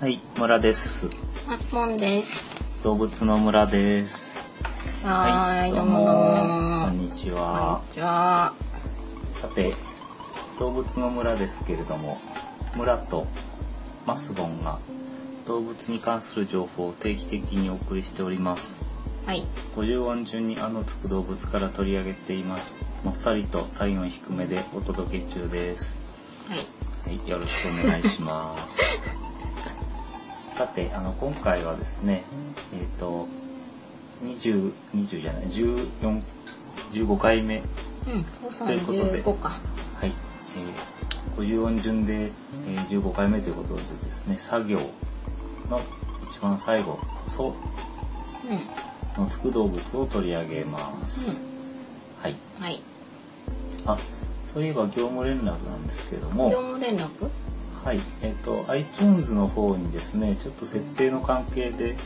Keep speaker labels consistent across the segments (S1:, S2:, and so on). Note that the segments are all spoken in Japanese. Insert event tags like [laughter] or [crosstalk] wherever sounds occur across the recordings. S1: はい、村です。
S2: マスポンです。
S1: 動物の村です。
S2: はーい、どうもどうも。
S1: こんにち
S2: こ
S1: は
S2: んに。ちは。
S1: さて、動物の村ですけれども、村とマスボンが動物に関する情報を定期的にお送りしております。
S2: はい、
S1: 50音順にあのつく動物から取り上げています。もっさりと体温低めでお届け中です。
S2: はい、
S1: はい、よろしくお願いします。さて、あの今回はですね、えっ、と20 20じゃない14 15回目、
S2: うん、放送
S1: ということで
S2: 十五か。
S1: はい、えー、50音順で、えー15回目ということでですね、作業の一番最後、そ
S2: うん、うん、
S1: のつく動物を取り上げます。はい。
S2: はい。
S1: あ、そういえば業務連絡なんですけども。
S2: 業務連絡。
S1: はい、えっ、と iTunes の方にですね、ちょっと設定の関係で、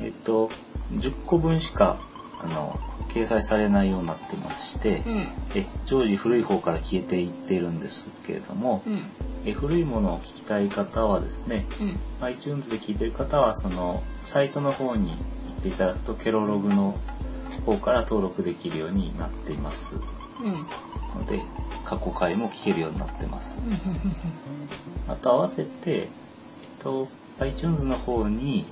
S1: えっ、と10個分しかあの掲載されないようになってまして、
S2: うん、
S1: え常時古い方から消えていっているんですけれども、
S2: うん、
S1: え古いものを聞きたい方はですね、
S2: うん、
S1: iTunes で聞いている方はそのサイトの方に行っていただくとケロログの方から登録できるようになっています
S2: うん、うん、
S1: ので、過去回も聞けるようになってます。
S2: うん、
S1: あと合わせて、えっと、iTunes の方に、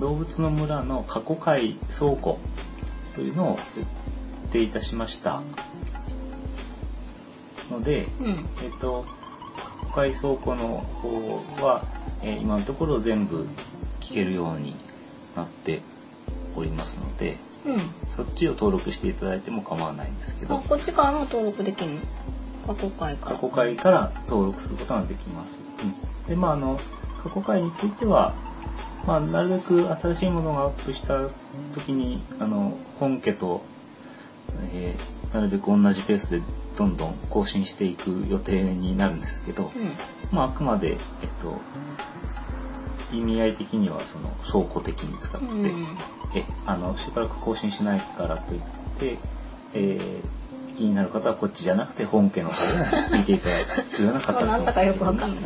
S1: 動物の村の過去回倉庫というのを設定いたしました。ので、
S2: うん、うん、
S1: えっと、過去回倉庫の方は、えー今のところ全部聞けるようになっておりますので、
S2: うん。
S1: そっちを登録していただいても構わないんですけ
S2: あ
S1: ど、
S2: こっちからも登録できるの。過去回か
S1: 過
S2: ら。
S1: 去回から登録することができます。うん、で、まあ、あの、過去回については、まあ、なるべく新しいものがアップした時に、あの、本家と、えーなるべく同じペースでどんどん更新していく予定になるんですけど、
S2: う
S1: まあ、あくまで、えっと、意味合い的には、その、倉庫的に使って、
S2: ん、うん、
S1: えあのしばらく更新しないからといって、えー気になる方はこっちじゃなくて本家の方を見ていただくような
S2: も
S1: 形
S2: うなんだかよくわかんない。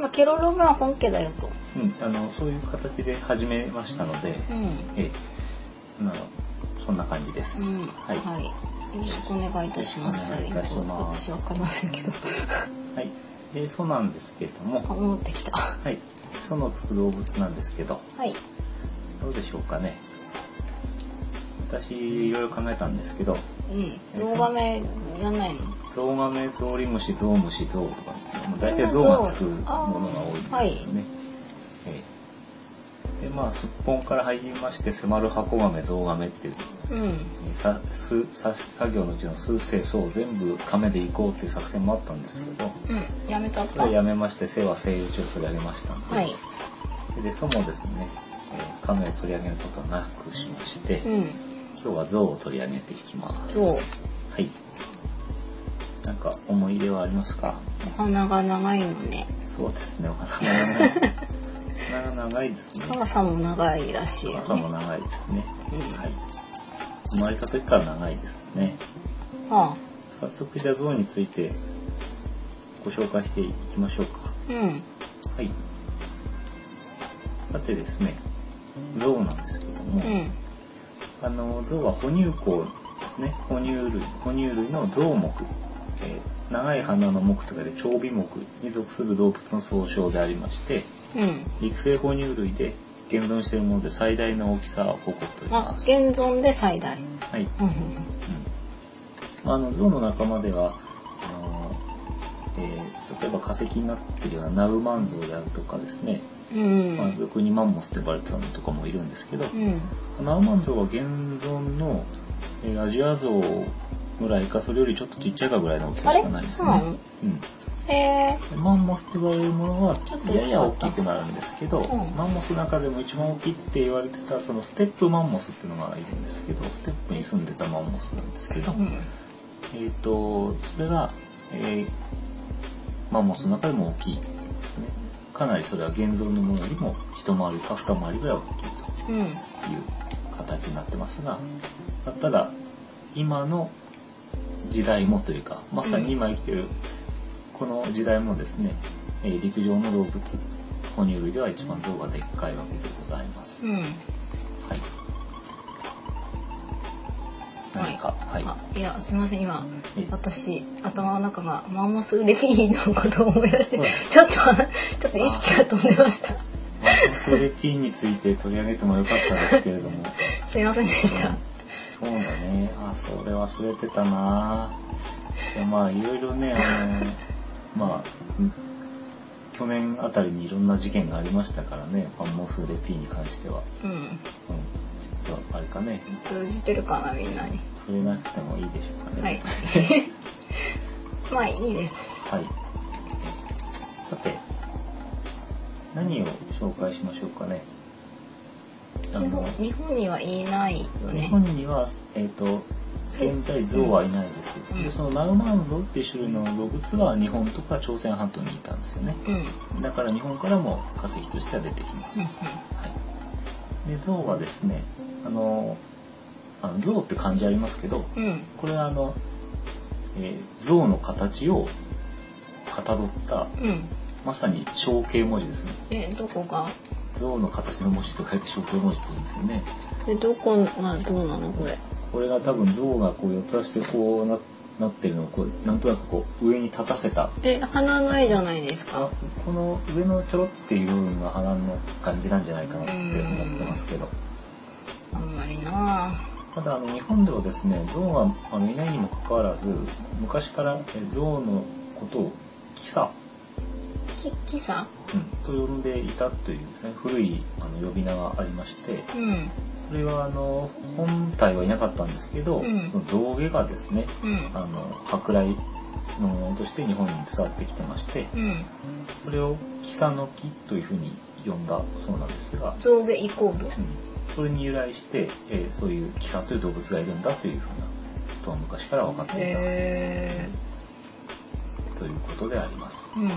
S2: まあ、ケロログは本家だよと。
S1: うん、あのそういう形で始めましたので、
S2: うん、うん、
S1: えあのそんな感じです、
S2: は。
S1: はいい、
S2: よろしくお願いいたします。
S1: お願いいたします
S2: 今私わかりませんけ
S1: [laughs]
S2: ど。
S1: はい、でそうなんですけれども
S2: あ、戻ってきた。は
S1: はいそのつく動物なんですけど
S2: い。
S1: どうでしょうかね私いろいろ考えたんですけど
S2: うん。動画名やんないの。
S1: ゾウガメ、ゾウリムシ、ゾウムシ、ゾウとかっていう、まあ、大体ゾウがつくものが多いですよね。
S2: あーはい
S1: ええで、まあ、すっぽんから入りまして、迫る箱ガメ、ゾウガメっていう、
S2: うん。
S1: さすさ作業のうちの数世そう全部亀で行こうっていう作戦もあったんですけど、
S2: うん。やめちゃっ
S1: そ
S2: た。
S1: れはやめまして、背は声優ちを取り上げましたんで、
S2: はい。
S1: でで、そもですね、えー亀を取り上げることなくしまして、
S2: うん。
S1: 今日はゾウを取り上げていきます。
S2: そう。
S1: はい。なんか思い出はありますか
S2: お花が長いのね。
S1: そうですね、お花が長い。
S2: [laughs]
S1: お花が長いですね。
S2: 長さも長いらしいよ
S1: お花も
S2: ね。
S1: 長いですね。
S2: うん
S1: はい。生まれた時から長いですね。
S2: ああ。
S1: 早速、じゃあ象についてご紹介していきましょうか。
S2: うん。
S1: はい。さてですね、象なんですけども、
S2: うん。
S1: あの象は哺乳綱ですね。哺乳類、哺乳類の象目。えー長い鼻の目とかで長尾目に属する動物の総称でありまして、
S2: うん。
S1: 陸生哺乳類で現存しているもので最大の大きさを誇っており
S2: あ、
S1: ます。
S2: 現存で最大。うん
S1: はい。うん
S2: うん
S1: あの、象の仲間では、あのえー例えば化石になっているようなナウマンゾウであるとかですね、
S2: うん。
S1: まあ、俗にマンモスと呼ばれてたのとかもいるんですけど、
S2: うん。
S1: ナウマンゾウは現存の、えーアジアゾウぐらいか、それよりちょっとちっちゃいかぐらいの大きさしかないですね。
S2: あれそうなの
S1: うん
S2: へえ。
S1: マンモスと言われるものは
S2: ちょっと大きかった
S1: やや大きくなるんですけど、
S2: うん
S1: マンモスの中でも一番大きいって言われてたそのステップマンモスっていうのがいるんですけどステップに住んでたマンモスなんですけど、
S2: うん。
S1: えっ、とそれが、えーマンモスの中でも大きいですねかなりそれは現存のものよりも一回りか二回りぐらい大きい
S2: うん。
S1: という形になってますがだったら今の時代もというかまさに今生きてるこの時代もですね、えー陸上の動物哺乳類では一番像がでっかいわけでございます。
S2: うん。
S1: はい。何か、はい。
S2: あいや、すみません、今
S1: え、
S2: 私、頭の中がマンモスレフィーのことを思い出して、
S1: うん
S2: ちょっと、ちょっと意識が飛んでました。
S1: マンモスレピンについて取り上げてもよかったですけれども。
S2: すみませんでした。
S1: そうだね。あ、それ忘れてたな。でまあ、いろいろね、あの、まあ、ん去年あたりにいろんな事件がありましたからね、マンモスレピンに関しては。
S2: うん。
S1: うん。ちょっと、あれかね、
S2: 通じてるかな、みんなに。
S1: 触れなくてもいいでしょうかね。
S2: [laughs] はい。まあ、いいです。
S1: [laughs] はい。さて、何を紹介しましょうかね。あ
S2: 日
S1: の
S2: 本、日本にはいないよ
S1: 日
S2: ね。
S1: 本には、えっと現在ゾウはいないです、
S2: うん
S1: でそのナウマンゾウっていう種類の動物は日本とか朝鮮半島にいたんですよね
S2: うん。うん。うん。
S1: だから日本からも化石としては出てきます、はい、でゾウはですねあのあのゾウって漢字ありますけど
S2: うん。
S1: これはあの、えー、ゾウの形をかたどった
S2: うん。
S1: まさに象形文字ですね
S2: え、どこが
S1: ゾウの形の文字と書いて象形文字って言うんですよね
S2: え、どこがどうなのこれ。
S1: これが多分象がこう四つ足でこうななってるのをこうなんとなくこう上に立たせた
S2: え、鼻ないじゃないです
S1: あ
S2: か。
S1: この上のちょろっていう部分が鼻の感じなんじゃないかなって思ってますけど
S2: あんまりなあ
S1: ただあの日本ではですね象があのいないにもかかわらず昔からえ象のことを「キサ
S2: き、きさ」
S1: と呼んでいたというですね古いあの呼び名がありまして
S2: うん。うん。
S1: それはあの本体はいなかったんですけど、
S2: うん
S1: その象牙がですねあの舶来のものとして日本に伝わってきてまして
S2: うん。
S1: それを「キサの木」というふうに呼んだそうなんですが、
S2: 象牙イコール。
S1: うんそれに由来して、えーそういうキサという動物がいるんだというふうなことは昔から分かっていた
S2: へ
S1: ということであります。
S2: ーうん。
S1: はい、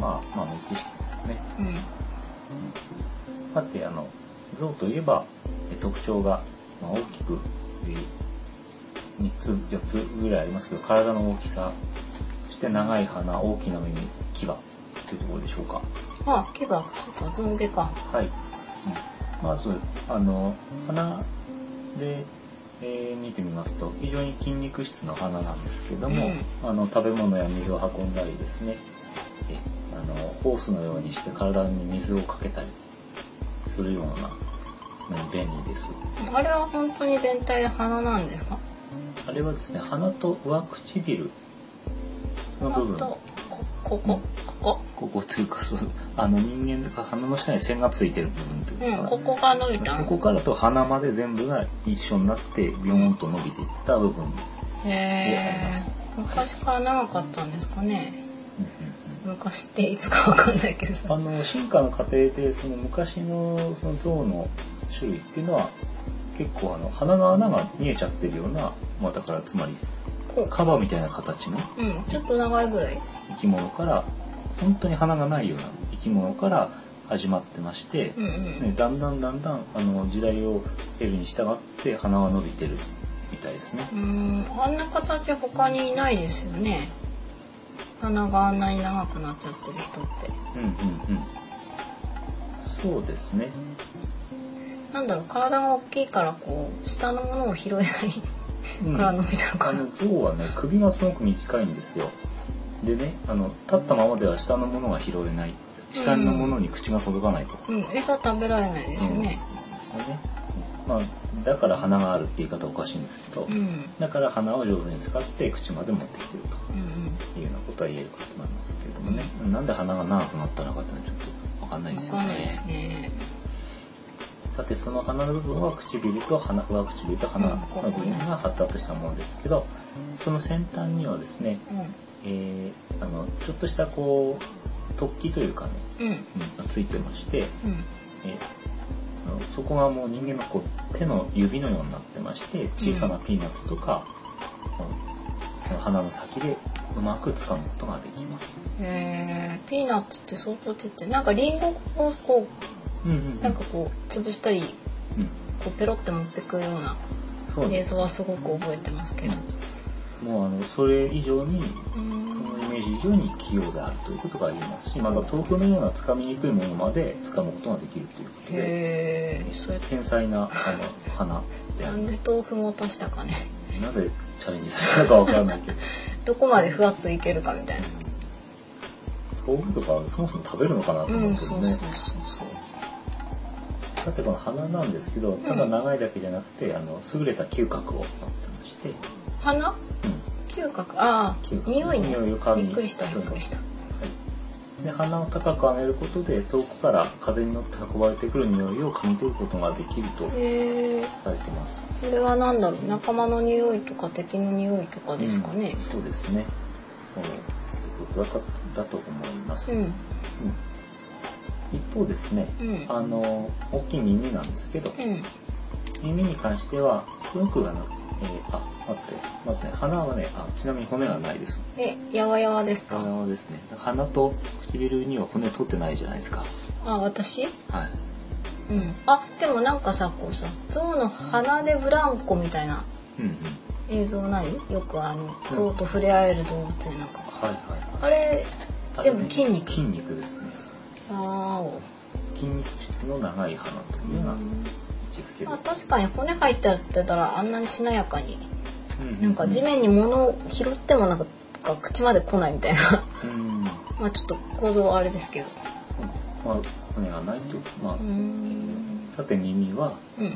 S1: まあまあ知識ですね。
S2: うん。
S1: さてあの象といえばえー特徴が、まあ、大きく、え3つ4つぐらいありますけど体の大きさそして長い鼻大きな耳牙というところでしょうか。
S2: あ、牙、そうか、象牙か。
S1: はい。まず、あの、鼻で、えー見てみますと、非常に筋肉質の鼻なんですけども、
S2: う
S1: あの、食べ物や水を運んだりですね、えあの、ホースのようにして体に水をかけたりするようなのに便利です。
S2: あれは本当に全体で鼻なんですか
S1: あれはですね、鼻と上唇の部分。
S2: あと、こ、ここ、こ
S1: ここというか、そう、あの人間とか鼻の下に線がついてる部分と
S2: こ。
S1: いううか、
S2: ん、ここが伸びた
S1: そこからと鼻まで全部が一緒になってビヨーンと伸びていった部分、うんうん
S2: へえ。昔から長かったんですかね。昔っていつかわかんないけど
S1: うん、あ
S2: さ。
S1: の進化の過程でその昔のその象の種類っていうのは結構あの鼻の穴が見えちゃってるような、まあ、だからつまり
S2: こ
S1: カバみたいな形の
S2: う。うん、ちょっと長いぐらい。
S1: 生き物から本当に鼻がないような生き物から始まってまして、
S2: うんうん。
S1: ね、だんだんだんだんあの時代を経るに従って鼻は伸びてるみたいですね。
S2: うん、あんな形他にいないですよね。鼻があんなに長くなっちゃってる人って。
S1: うんうんうん。そうですね。
S2: なんだろう、体が大きいからこう、下のものを拾えない
S1: うん、
S2: から
S1: あ
S2: 伸
S1: の
S2: びたのかな。うん。
S1: 象はね首がすごく短いんですよ。でねあの立ったままでは下のものが拾えない下のものに口が届かないと。
S2: 餌食べられないですよね。
S1: うんですよね。まあだから鼻があるっていう言い方おかしいんですけど、
S2: うん。うん
S1: だから鼻を上手に使って口まで持ってきてると。
S2: うん。
S1: いうようなことは言えるかと思いますけれどもね、なんで鼻が長くなったのかってのはちょっとわかんない
S2: わ
S1: ですよ
S2: かんない
S1: ね。
S2: ですね。
S1: さてその鼻の部分は唇と鼻上唇と鼻の部分が発達したものですけどその先端にはですね、えーあのちょっとしたこう突起というかね、
S2: うん。うん。
S1: うんついてまして、
S2: うん。
S1: えーあのそこがもう人間のこう手の指のようになってまして小さなピーナッツとか、こうその鼻の先でうまく掴むことができます。
S2: えー、ピーナッツって相当ちっちゃい。なんかリンゴをこ
S1: うんうんうん
S2: う、なんかこう、潰したり、
S1: うん
S2: こうペロって持ってくような
S1: そう
S2: 映
S1: です
S2: 像はすごく覚えてますけど。
S1: うんもうあのそれ以上に
S2: うん
S1: そのイメージ以上に器用であるということが言えますしまた東京のようなつかみにくいものまでつかむことができるということで
S2: へえそうやって
S1: 繊細なあの花であ
S2: な
S1: る
S2: んで豆腐も落としたかね
S1: なぜチャレンジさせたかわからないけど
S2: どこまでふわっといけるかみたいな
S1: 豆腐とかそもそも食べるのかなと
S2: う
S1: 思うん
S2: ん
S1: です
S2: そ
S1: よ
S2: う
S1: ね、
S2: そうそうそう
S1: さてこの花なんですけどただ長いだけじゃなくてあの優れた嗅覚を持ってまして、うん、
S2: 鼻嗅覚あ
S1: 嗅
S2: あ
S1: 覚
S2: 匂いね
S1: 匂いを嗅ぐ
S2: びっくりしたびっくりした
S1: で鼻を高く上げることで遠くから風に乗って運ばれてくる匂いを嗅ぎ取ることができると
S2: へえ
S1: されてます
S2: これは何だろう仲間の匂いとか敵の匂いとかですかね
S1: うんそうですねそういうことだかだと思います、
S2: うん
S1: うん一方ですね、
S2: うん
S1: あの大きい耳なんですけど、
S2: うん
S1: 耳に関してはよくあの、えーあ待ってまずね鼻はねあちなみに骨がないです
S2: えやわやわです
S1: 鼻
S2: か
S1: はですね鼻と唇には骨取ってないじゃないですか
S2: あ私
S1: はい
S2: うんあでもなんかさこうさ象の鼻でブランコみたいな
S1: うんうん
S2: 映像ないよくあの象と触れ合える動物園なんか
S1: はいはい
S2: あれ全部
S1: あれね
S2: 筋肉
S1: 筋肉ですね
S2: あ
S1: 筋肉質の長い鼻というような位置づけで
S2: あ確かに骨入ってやってたらあんなにしなやかに
S1: ううう
S2: なんか地面に物を拾ってもなんか口まで来ないみたいな
S1: うん
S2: まあちょっと構造はあれですけど
S1: まあ、骨がないと、まあ
S2: うーん
S1: さて耳は
S2: うん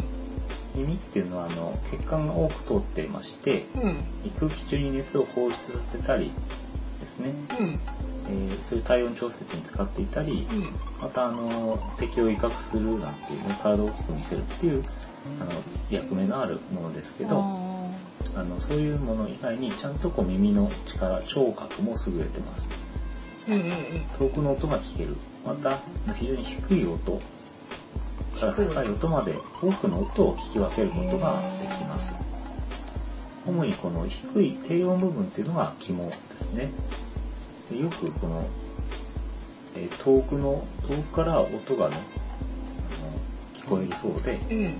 S1: 耳っていうのはあの血管が多く通っていまして
S2: うん
S1: 空気中に熱を放出させたりですね、
S2: うん
S1: えーそういう体温調節に使っていたり
S2: うん
S1: またあの敵を威嚇するなんていうね体を大きく見せるっていうあの役目のあるものですけど
S2: あ
S1: あのそういうもの以外にちゃんとこう耳の力聴覚も優れてます
S2: ーうんうんうん
S1: 遠くの音が聞けるまた非常に低い音から高い音まで多くの音を聞き分けることができます主にこの低い低音部分っていうのが肝ですねでよくこの、えー遠くの遠くから音がねあの聞こえるそうで
S2: うん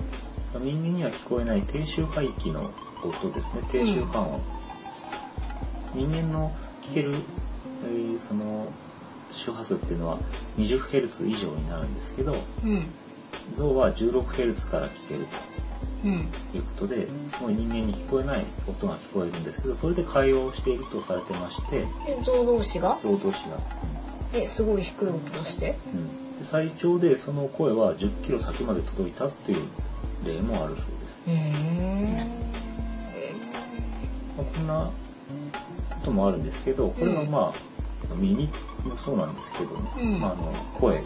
S1: 人間には聞こえない低周波域の音ですね低周波音、人間の聞ける、えーその周波数っていうのは 20Hz 以上になるんですけど
S2: うん
S1: 象は 16Hz から聞ける
S2: うん
S1: ということで、すごい人間に聞こえない音が聞こえるんですけどそれで会話をしているとされてまして
S2: え象同士が
S1: 象同士が、
S2: えすごい低い音出して
S1: うんで最長でその声は 10km 先まで届いたっていう例もあるそうです
S2: へえ
S1: まあこんなこともあるんですけどこれはまあ、耳もそうなんですけどね、
S2: うん
S1: まあ、あの声の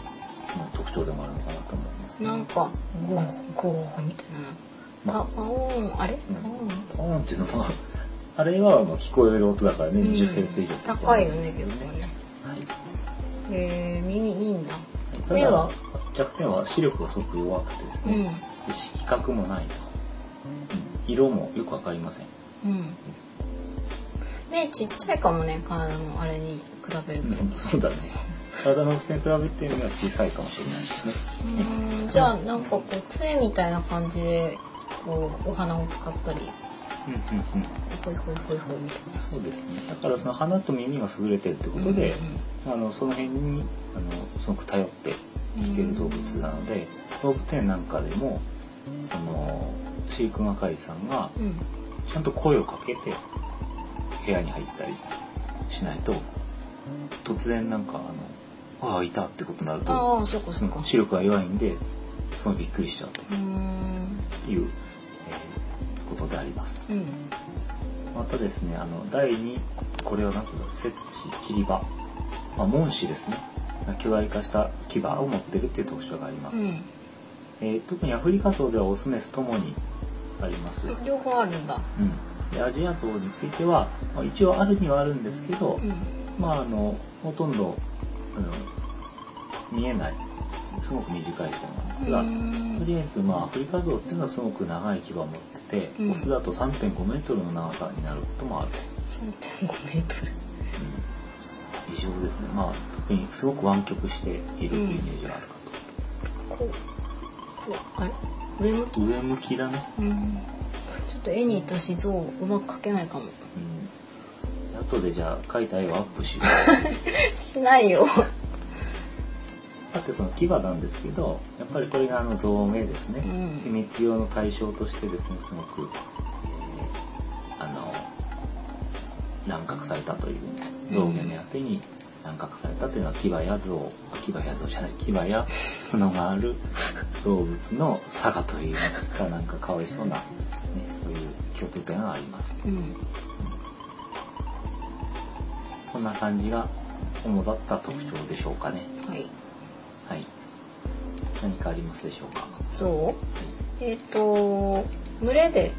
S1: 特徴でもあるのかなと思いますね。
S2: なんかゴーゴーみたいなあ
S1: ま
S2: パオーンあれ
S1: うん
S2: パオーン
S1: あ、ポーンっていうのはあれはもう聞こえる音だからね、
S2: うん
S1: 20Hz 以上ってこと
S2: 高
S1: ないん
S2: よ
S1: で
S2: ね
S1: すけ
S2: 結
S1: ど
S2: 構ね
S1: はい、
S2: えー、耳いいんだ
S1: た
S2: 目
S1: だ
S2: は
S1: 弱点は視力がすごく弱くてです
S2: う
S1: ね、
S2: ん
S1: で視視覚もないと、うん色もよくわかりません。
S2: うん目ちっちゃいかもね体のあれに比べると、
S1: うんそうだね。体の大きさに比べて目が小さいかもしれないですね。
S2: うんじゃあなんかこう杖みたいな感じでこうお花を使ったり
S1: うんうんうん
S2: ホイホイホイホイみたいな
S1: そうですね。だからその鼻と耳が優れてるってことで、あのその辺にあのすごく頼って生きてる動物なので、動物園なんかでもその飼育係さんが
S2: うん
S1: ちゃんと声をかけて部屋に入ったりしないと突然なんかあのああいたってことになると
S2: ああそうか
S1: そ
S2: そう
S1: の
S2: か
S1: 視力が弱いんですごいびっくりしちゃうと
S2: うん
S1: いう、えーことであります。
S2: うん
S1: またですねあの第2これは何て言うんだろう節子切り場、まあ、門歯ですね巨大化した牙を持ってるっていう特徴があります、
S2: う
S1: えー特にアフリカ層ではオスメスともにあります、うん
S2: ん両方あるんだ
S1: でアジア層については、まあ、一応あるにはあるんですけど、
S2: うん
S1: まああのほとんどあの見えないすごく短い層なんですが、
S2: うん
S1: とりあえず、まあ、アフリカゾウっていうのはすごく長い牙を持ってて、
S2: うん
S1: オスだと3.5メートルの長さになることもある、
S2: 3.5メートル
S1: 異常ですねまあ特にすごく湾曲しているというイメージがあるか
S2: こうこうあれ上向
S1: と、
S2: き
S1: 上向きだね、
S2: うんちょっと絵にいたし像うまく描けないかも [laughs]
S1: うん、後でじゃあ書いた絵をアップしよ
S2: しないよ。
S1: う。だってその牙なんですけど、やっぱりこれがあの造名ですね。
S2: うん
S1: 秘密用の対象としてですね、すごく、えーあの、乱獲されたという、造名目当てに乱獲されたというのは牙や象、牙や象じゃない、牙や角があ
S2: [laughs]
S1: る動物の差がといいますか、なんかかわいそうな、ね、そういう共通点があります。
S2: うん。
S1: そんな感じが主だった特徴でしょうかね。
S2: はい。
S1: はい。何かありますでしょうか。
S2: どうえっ、と、群れで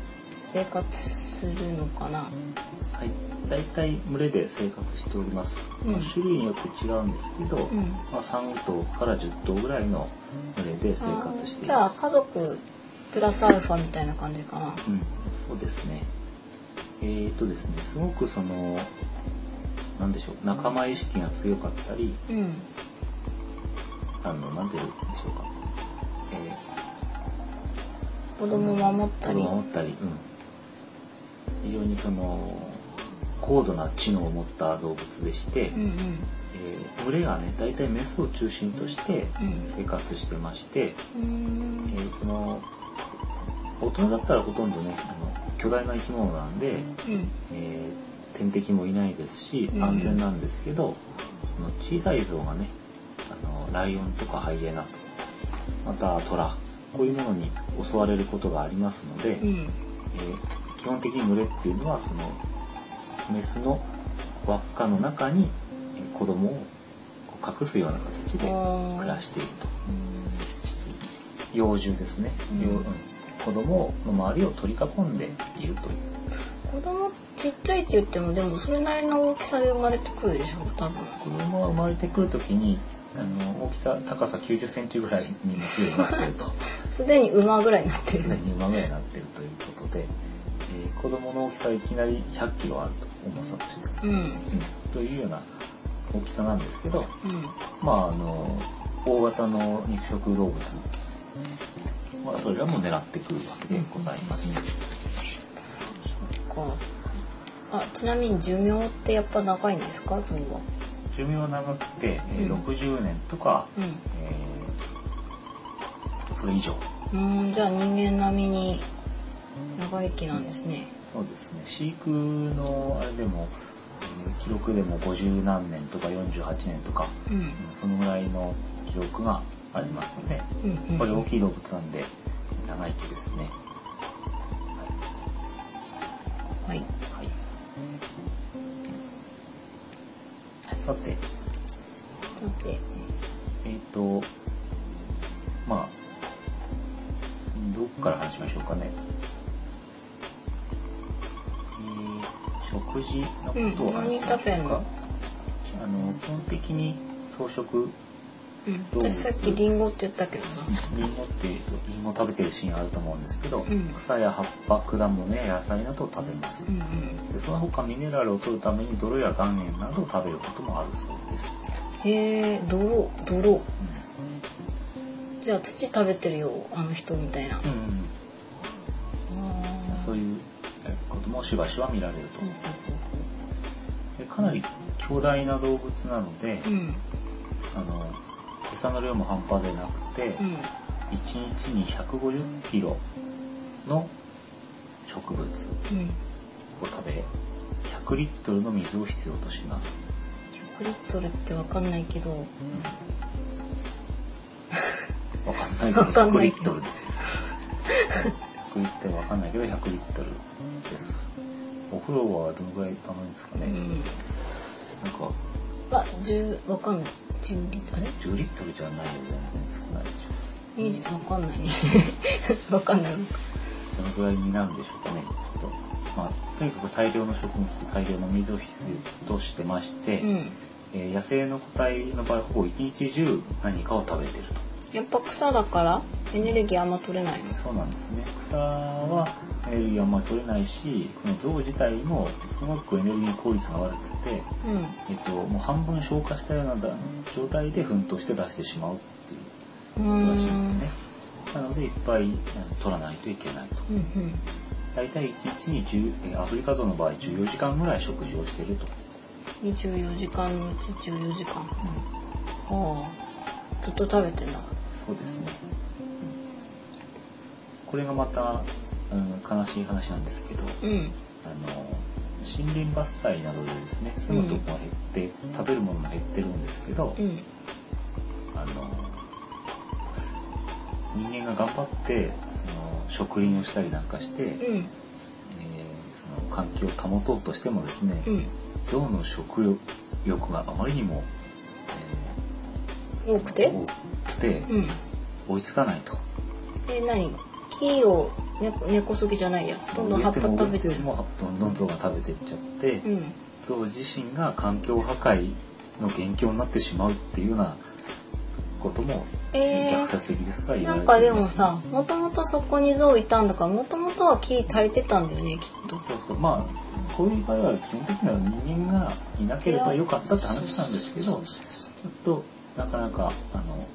S2: 生活するのかな。
S1: はい。大体群れで生活しております。
S2: うん
S1: まあ種類によって違うんですけど、
S2: うん。
S1: まあ3頭から10頭ぐらいの群れで生
S2: あ
S1: 活してい
S2: ー
S1: る
S2: じゃあ、家族プラスアルファみたいな感じかな。
S1: うん、そうですね。えー、とですね、すごくその、なんでしょう、仲間意識が強かったり、
S2: うん。
S1: あの、なんて言うんでしょうか。えー
S2: 子供守ったり。
S1: 子供守ったり、うん、非常にその高度な知能を持った動物でして、
S2: うんうん。
S1: えー群れがね大体メスを中心として
S2: うん
S1: 生活してまして、
S2: うーん
S1: えーその大人だったらほとんどねあの巨大な生き物なんで、
S2: うん。
S1: えー天敵もいないですし
S2: うん
S1: 安全なんですけど、その小さい像がねあのライオンとかハイエナまたトラこういうものに襲われることがありますので、
S2: うん。
S1: えー基本的に群れっていうのはそのメスの輪っかの中にえー子供をこう隠すような形で
S2: あー
S1: 暮らしていると幼獣ですね、
S2: うん
S1: 幼うん子供の周りを取り囲んでいるという
S2: 子供ちっちゃいって言ってもでもそれなりの大きさで生まれてくるでしょ多分
S1: 子供が生まれてくる時にあの大きさ高さ9 0ンチぐらいにすでになってる
S2: [laughs]
S1: と
S2: すでに馬ぐらいになってる
S1: すでに馬ぐらいになってるということで、えー子供の大きさはいきなり1 0 0キロあると重さとして、
S2: うんうん
S1: うんというような大きさなんですけどまああの大型の肉食動物はそれらも狙ってくるわけでございます、
S2: そっかあちなみに寿命ってやっぱ長いんですかゾウは
S1: 寿命は長くて、えー
S2: うん
S1: 60年とか、
S2: う
S1: えーそれ以上
S2: んうーんじゃあ人間並みに長生きなんですね
S1: そうですね飼育のあれでも、えー記録でも50何年とか48年とか、
S2: うん
S1: うんそのぐらいの記録がありますので、
S2: うん
S1: やっぱり
S2: う
S1: 大
S2: ん
S1: きい動物なんで長生きですね。
S2: はい
S1: はい。さて、
S2: だって
S1: えっ、と、まあ、どっから話しましょうかね。えー食事のことを話しましょう
S2: うん何食べん
S1: か
S2: の。
S1: あの、基本的に草食、
S2: うん私さっきリンゴって言ったけどさ
S1: リンゴって、リンゴ食べてるシーンあると思うんですけど、
S2: うん
S1: 草や葉っぱ、果物や野菜などを食べます。
S2: うんうん
S1: でその他ミネラルを取るために泥や岩塩などを食べることもあるそうです、
S2: へえ泥泥じゃあ土食べてるよあの人みたいな
S1: うんうん
S2: あー
S1: そういうこともしばしば見られると、でかなり強大な動物なので、
S2: うんうん
S1: あの餌の量も半端でなくて、
S2: うんうん
S1: 1日に150キロの植物を
S2: うん
S1: 食べ100リットルの水を必要とし
S2: [laughs]
S1: ます、
S2: 100リットルってわかんないけど
S1: わかんないけど
S2: わかん
S1: 100
S2: な
S1: リ
S2: い
S1: ッ
S2: け
S1: ト
S2: ど
S1: ルですよ。100リットルわかんないけど100リットルです。お風呂はどのぐらい溜まるんですかね。
S2: う
S1: なん
S2: ん
S1: か
S2: あ10わかんない10リットルあれ
S1: 10リットルじゃないよ全然少ないでし
S2: 20わ [laughs] かんないねわかんない
S1: ょ。どのぐらいになるんでしょうかね。ちょっとまあとにかく大量の食物と大量の水を必要としてまして、
S2: うん
S1: えー野生の個体の場合ほぼ一日中何かを食べてると。
S2: やっぱ草だからエネルギーあんま取れないんです
S1: そうなんですね草はエネルギーはあんまり取れないしこの象自体もすごくエネルギー効率が悪くて、
S2: うん
S1: えっと、もう半分消化したようなだ状態で奮闘して出してしまうっていう
S2: うー
S1: ことらしいん
S2: ん
S1: ですねなのでいっぱいあの取らないといけないと
S2: うんうん
S1: 大体1日に10えーアフリカゾウの場合14時間ぐらい食事をしていると、
S2: 24時間のうち14時間
S1: うん
S2: ああずっと食べてんだ
S1: そうですね、うんこれがまた、うん、悲しい話なんですけど
S2: うん
S1: あの森林伐採などでですね住むとこが減って、食べるものも減ってるんですけど、
S2: うん
S1: あの人間が頑張ってその植林をしたりなんかして、え
S2: うん
S1: ーその環境を保とうとしてもですね、
S2: うん
S1: 象の食欲があまりにも、
S2: 多くて
S1: 多くて
S2: うん
S1: 追いつかないと。
S2: え何木を根根こそぎじゃないやどんどん葉っぱ食べちゃ
S1: もうどんどん象が食べていっちゃって、
S2: ううん
S1: 象自身が環境破壊の元凶になってしまうっていうようなことも、
S2: えー
S1: 逆説的ですが言わ
S2: な
S1: れ
S2: ん
S1: て
S2: かで
S1: い
S2: も
S1: ます
S2: さもともとそこに象いたんだからもともとは木足りてたんだよねきっと
S1: そうそうまあこういう場合は基本的には人間がいなければよかったって話なんですけどちょっとなかなかあの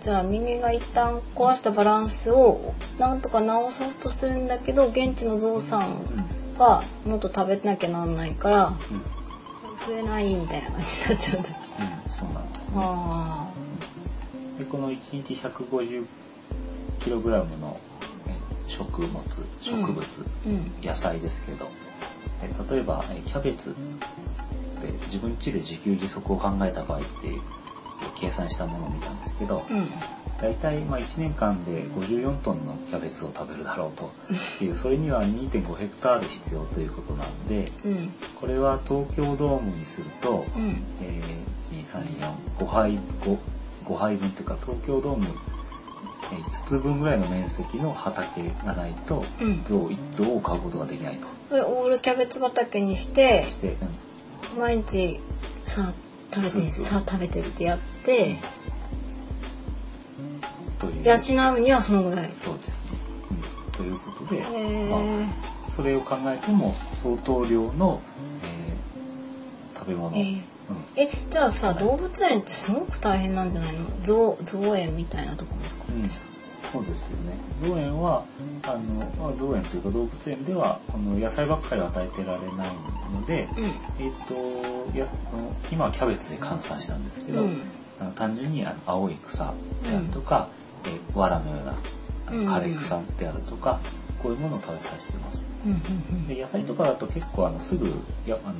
S2: じゃあ人間が一旦壊したバランスをなんとか直そうとするんだけど現地のゾウさん
S1: うん
S2: がもっと食べなきゃなんないから
S1: うん、うん、
S2: 増えないみたいな感じになっちゃうんだ。
S1: そうなんですね。
S2: あ
S1: でこの1日 150kg のえ食物植物、
S2: ーうん
S1: 野菜ですけどえ例えばえキャベツって自分家で自給自足を考えた場合ってえ計算したものを見たんですけど、
S2: うん
S1: 大体まあ1年間で54トンのキャベツを食べるだろう
S2: [laughs]
S1: というそれには2.5ヘクタール必要ということなんで
S2: うん
S1: これは東京ドームにすると、
S2: うん
S1: えー、1,2,3,4,5杯 5, 5杯分というか東京ドームえー5つ分ぐらいの面積の畑がないと
S2: うん
S1: 象1頭を買うことができないと。
S2: それオールキャベツ畑にして
S1: そして、うん
S2: 毎日さあ食べて
S1: そうそう
S2: さあ食べてってやって
S1: という
S2: 養うにはそのぐらい。
S1: そうですね、うんということで、
S2: へー
S1: まあ、それを考えても相当量の、えー食べ物、
S2: え
S1: う
S2: ー
S1: ん
S2: えじゃあさ
S1: はい
S2: 動物園ってすごく大変なんじゃないの象象園みたいなところとか
S1: うん、そうですよね造園はあのまあ造園というか動物園ではこの野菜ばっかり与えてられないので、
S2: う
S1: えっとやあの今はキャベツで換算したんですけ
S2: ん
S1: ど、
S2: うん
S1: あの単純にあの青い草であるとか、えー藁のようなあの
S2: うん
S1: 枯れ草であるとか、こういうものを食べさせてます。
S2: うんうん
S1: で野菜とかだと結構あのすぐやあの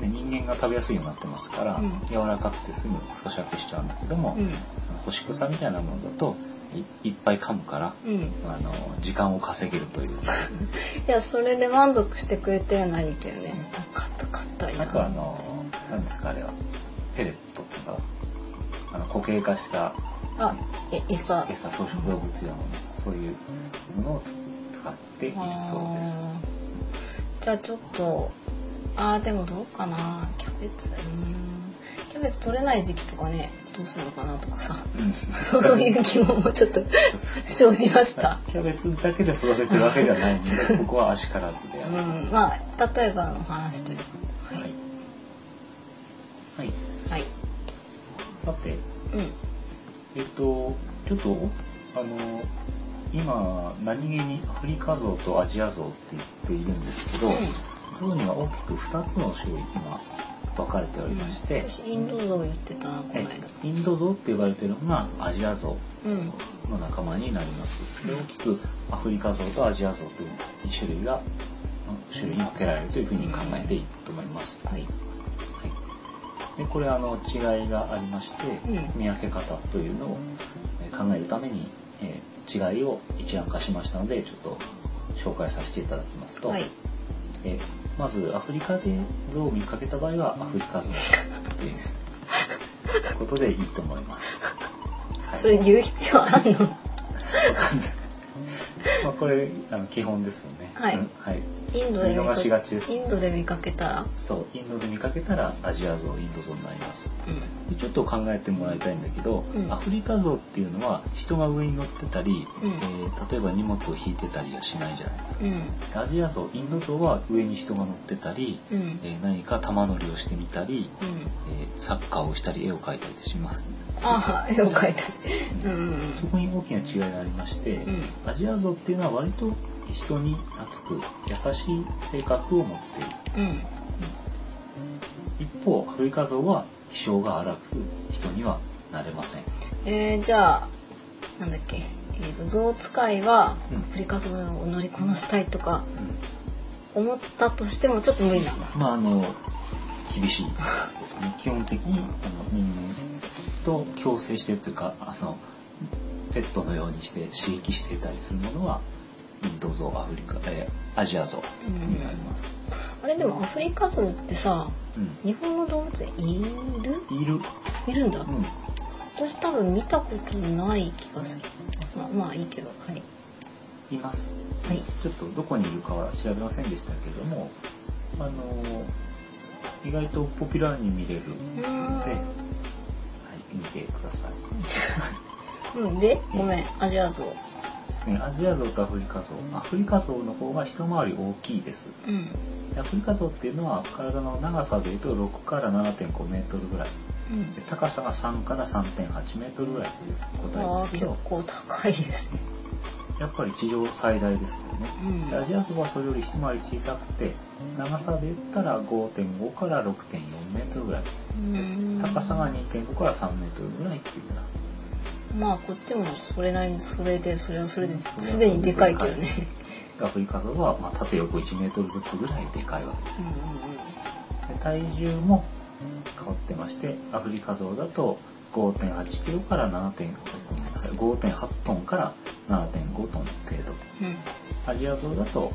S1: ね人間が食べやすいようになってますから、
S2: うん
S1: 柔らかくてすぐ咀嚼しちゃうんだけども、
S2: うん
S1: あの干し草みたいなものだといいっぱい噛むから
S2: うんい
S1: あの時間を稼げるという
S2: やそれで満足してくれてるのはいいけどねかったかった
S1: なんかあの何ですかあれはペレットっていうかあの固形化した
S2: あえ餌
S1: 餌草食動物用のねそういうものをつ使っているそうです。
S2: あーじゃあちょっとあーでもどうかなキャベツうーんキャベツ取れない時期とかねどうするのかなとか [laughs] さ
S1: うん
S2: そうそういう疑問もちょっと生じました。
S1: キャベツだけで育ててるわけではないのでここは足からずであ
S2: う
S1: る。
S2: ん、まあ例えばの話というか
S1: はい。はい。
S2: はい、
S1: さて、
S2: うん、
S1: えっと、ちょっと、あの、今、何気にアフリカ像とアジア像って言っているんですけど、像には大きく2つの種類、今、分かれておりまして、
S2: 私インド像言ってたなこの
S1: え
S2: 間
S1: インド像って呼ばれているのがアジア像
S2: うん
S1: の仲間になります。で大きくアフリカ像とアジア像という種類が、種類に分けられるというふうに考えていいと思います。
S2: はい
S1: はい、でこれあの違いがありまして、
S2: うん
S1: 見分け方というのをえー考えるために、えー違いを一覧化しましたのでちょっと紹介させていただきますと、
S2: はい
S1: えーまずアフリカでゾウを見かけた場合はアフリカゾウということでいいと思い
S2: [laughs]
S1: ます。はい
S2: それ言う必要あんの
S1: [laughs] まあこれあの基本ですよね。
S2: はい
S1: うんはい。
S2: インドで
S1: 見逃しがちです
S2: インドで見かけたら
S1: そうインドで見かけたらアジアゾウインドゾウになります。
S2: う
S1: でちょっと考えてもらいたいんだけど、
S2: うん
S1: アフリカゾウっていうのは人が上に乗ってたり、
S2: うん
S1: えー例えば荷物を引いてたりはしないじゃないですか。
S2: んうん
S1: アジアゾウインドゾウは上に人が乗ってたり、
S2: うん
S1: えー何か玉乗りをしてみたり、
S2: うん
S1: えーサッカーをしたり絵を描いたりします。
S2: ああ絵を描いたり
S1: う
S2: うんんうん
S1: そこに大きな違いがありまして、
S2: うん
S1: アジアゾウっていうのは割と人に懐く優しい性格を持っている
S2: うん
S1: 一方古川像は気性が荒く人にはなれません、
S2: えー、じゃあなんだっけ、えー、と象使いは
S1: うん
S2: プリカソを乗りこなしたいとか思ったとしてもちょっと無理なんだ
S1: まああの厳しいですね基本的にあの人間と共生してというかあのペットのようにして刺激していたりするものはインド像アフリカ、えーアジア像になります、
S2: あれでもアフリカゾウってさ
S1: うん
S2: 日本の動物園いる
S1: いる、
S2: いるんだ、
S1: うん
S2: 私多分見たことない気がするまあまあいいけどはい
S1: います
S2: はい
S1: ちょっとどこにいるかは調べませんでしたけれどもあの意外とポピュラーに見れるの
S2: う
S1: で、はい
S2: ーん、
S1: 見てください
S2: [laughs] うんでごめんアジアゾ
S1: ですねアジアゾウとアフリカゾウアフリカゾウの方が一回り大きいです
S2: ウうん
S1: アフリカゾウっていうのは体の長さでいうと6から7.5メートルぐらい
S2: うん
S1: で高さが3から3.8メートルぐらいという個体
S2: あ
S1: で
S2: ー
S1: すけ
S2: 結
S1: ど
S2: 構高いですね
S1: やっぱり地上最大ですけどね
S2: うん
S1: でアジアゾウはそれより一回り小さくて長さで言ったら5.5から6.4メートルぐらい高さが2.5から3メートルぐらいっていうような
S2: まあこっちもそれなりにそれでそれはそれですでにでかいけどね
S1: アフリカゾウはまあ縦横1メートルずつぐらいでかいわけです
S2: うん
S1: で体重も変わってましてアフリカゾウだと5.8キロから7.5ごめんなさい5.8トンから7.5トン程度
S2: うんうん
S1: アジアゾウだと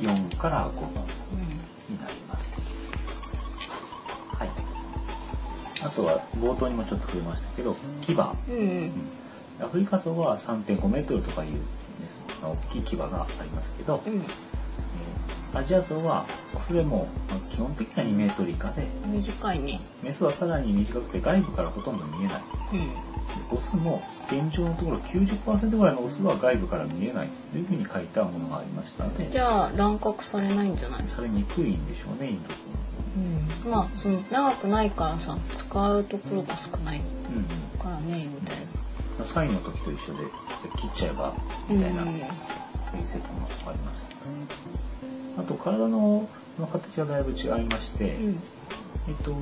S1: 4から5トン
S2: う
S1: になりますはいあとは冒頭にもちょっと触れましたけど牙
S2: んうんうん
S1: アフリカゾウは3.5メートルとかいうです大きい牙がありますけど、
S2: うん
S1: えーアジアゾウはそれもまあ基本的には2メートル以下で
S2: うん短いね
S1: メスはさらに短くて外部からほとんど見えない
S2: う
S1: で
S2: ん
S1: オスも現状のところ90%ぐらいのオスは外部から見えないというふうに書いたものがありましたので
S2: じゃあ乱獲されないんじゃない
S1: されにくいんでしょうねインド
S2: うんまあその長くないからさ使うところが少ない
S1: 君、うんうん
S2: からねみたい
S1: まあ、サインの時と一緒で切っちゃえば
S2: な
S1: みたいな、
S2: うん
S1: そういう説もありましたあと体のの形はだいぶ違いまして、
S2: うん
S1: えっと、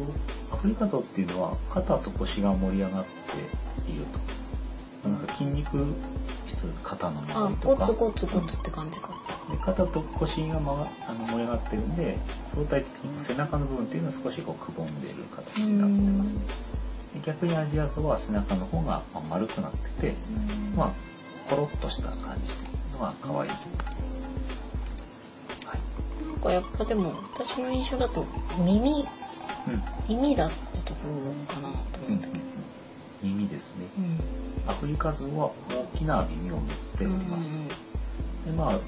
S1: アフリカゾウっていうのは肩と腰が盛り上がっていると。なんか筋肉質、肩の
S2: あ
S1: 周りと
S2: ゴ
S1: か。
S2: ツゴツゴツって感じか
S1: で肩と腰が、ま、あの盛り上がってるんで、相対的にこう背中の部分っていうのは少しこうくぼんでいる形になってますね。で逆にアジアゾウは背中の方がまあ丸くなってて、まあ、コロッとした感じっていうのが可愛い。はい。
S2: なんかやっぱでも私の印象だと耳
S1: うん。
S2: 耳だってところかなと
S1: う
S2: 思うんんだけど、
S1: 耳ですね。
S2: うん
S1: アフリカゾウは大きな耳を持っております。でまあ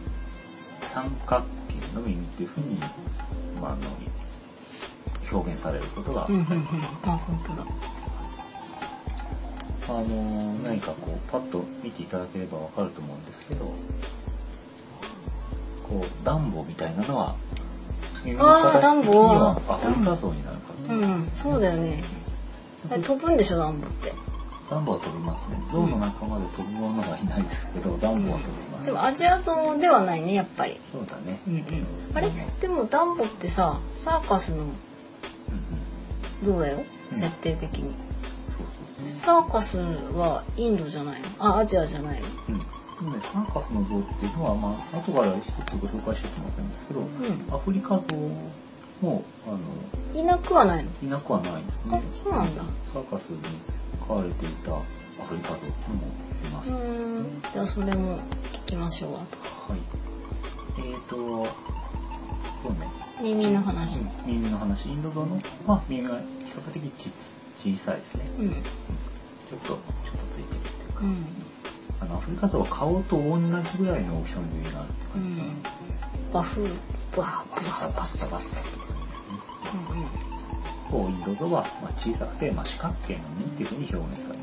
S1: 三角形の耳っていうふうに、まあ、あの表現されることが、
S2: うんうんうんうんあ本当だ
S1: あの何かこうパッと見ていただければわかると思うんですけどこう暖房みたいなのは耳の
S2: あー
S1: 形的には
S2: 暖房
S1: アフリカゾウになるかと。
S2: うんそうだよねあれ飛ぶんでしょ暖房って
S1: ダンボは飛びますね。ゾウの仲間で飛ぶものはいないですけど、ダンボは飛びます。
S2: でもアジアゾウではないねやっぱり
S1: そうだね。
S2: うんうんあれでもダンボってさサーカスの
S1: うんうん
S2: ゾウだよ
S1: うん
S2: 設定的に、
S1: そうそうそう。
S2: サーカスはインドじゃないのあアジアじゃないの
S1: うん、でねサーカスの像っていうのは、まあ後から一つご紹介してもらったんですけど、
S2: う
S1: アフリカ像もあの
S2: んいなくはないの
S1: いなくはないです
S2: あ
S1: ね。
S2: そうなんだ
S1: サーカスに飼われていたアフリカ像もいま
S2: う
S1: す。はい。
S2: ーんじゃあそれも聞きましょうあと
S1: えーと、そうね。
S2: 耳の話
S1: うん耳の話。インド像の、まあ、耳が比較的小小さいですね。
S2: うん
S1: ちょっと、ちょっとついてるっていうか。
S2: うん
S1: あの、アフリカ像は顔と同じぐらいの大きさの耳があるって
S2: う
S1: 感じかな。
S2: んバフババ
S1: バッサ
S2: サ
S1: バ
S2: バ
S1: ッ
S2: サ
S1: サ
S2: バ
S1: バッ
S2: サ
S1: サ
S2: うんうん
S1: こうインドゾは、まあ、小さくて、まあ、四角形の耳っていうふうに表現される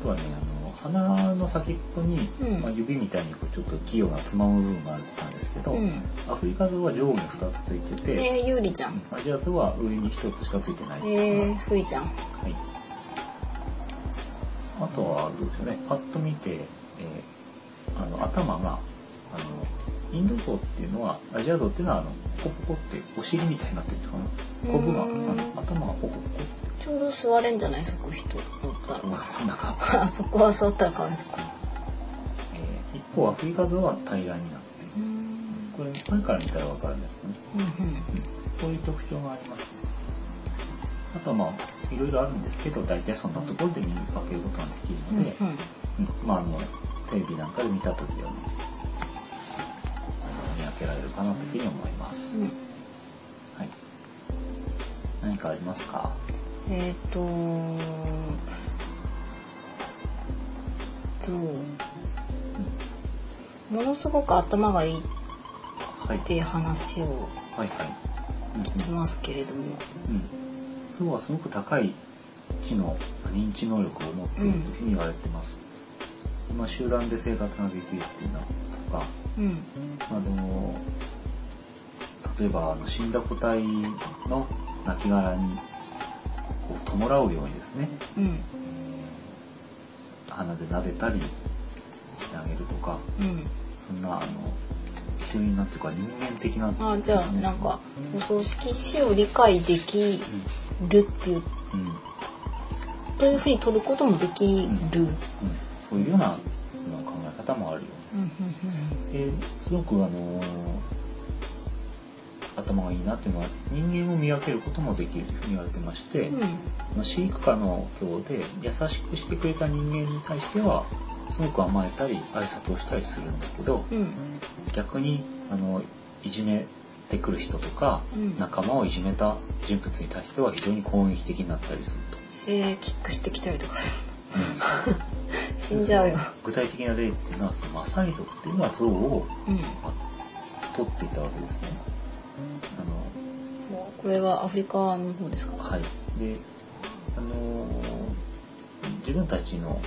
S1: あとはねあの鼻の先っぽに、
S2: うん
S1: まあ、指みたいにこうちょっと器用なつまむ部分があるって言ったんですけど、
S2: うん
S1: アフリカゾは上下2つついてて、
S2: えー、ゆりちゃん
S1: うんアジアゾは上に1つしかついてないっていうの
S2: え
S1: が
S2: ー、ふりちゃん
S1: はい、あとはどうでしょうねパッと見て、えあの頭があのインド像っていうのはアジア像っていうのはあのポコポコってお尻みたいになってるのかなコブがあ
S2: うん
S1: の頭がポコポコ
S2: ちょうど座れんじゃないそこ人乗ったら
S1: 真ん中、
S2: あ [laughs] そこは座ったらかわいそうか
S1: えー一方アフリカ像は平らになっている
S2: うーん
S1: これこれから見たらわかるんですけどね
S2: うんうん
S1: こういう特徴があります、ね、あとはまあいろいろあるんですけど大体そんなところで見分けることができる
S2: うん
S1: の
S2: うん
S1: で、うんまああのテレビなんかで見た時はねあの見分けられるかなというふうに思います、
S2: うん
S1: はい何かありますか
S2: えっ、ー、とそうものすごく頭がいいっ
S1: はい
S2: て話を
S1: はいはい
S2: 聞きますけれども
S1: うんうん象はすごく高い知能認知能力を持っているというふうに言われてます、まあ集団で生活ができるっていうのとか
S2: うん
S1: あの例えばあの死んだ個体の亡骸にこう弔うようにですね
S2: うん
S1: 鼻で撫でたりしてあげるとか
S2: うん
S1: そんなあの非常になんていうか人間的な
S2: あじゃあなんかお葬式死を理解できるっていう
S1: うん、うんうん、
S2: というふうに取ることもできる。うん
S1: そういうようなその考え方もあるようですですごくあの頭がいいなっていうのは人間を見分けることもできるというふうに言われてまして、
S2: うんうんうん
S1: 飼育下の教で優しくしてくれた人間に対してはすごく甘えたり挨拶をしたりするんだけど
S2: うん
S1: 逆にあのいじめてくる人とか
S2: うん
S1: 仲間をいじめた人物に対しては非常に攻撃的になったりすると、
S2: えー、キックしてきたりとかする死んじゃうよ。
S1: 具体的な例っていうのはそのマサイ族っていうのは象を、
S2: うん。
S1: まあ取っていたわけですね。あの
S2: もうこれはアフリカの方ですか。
S1: はい、で、あのー自分たちの、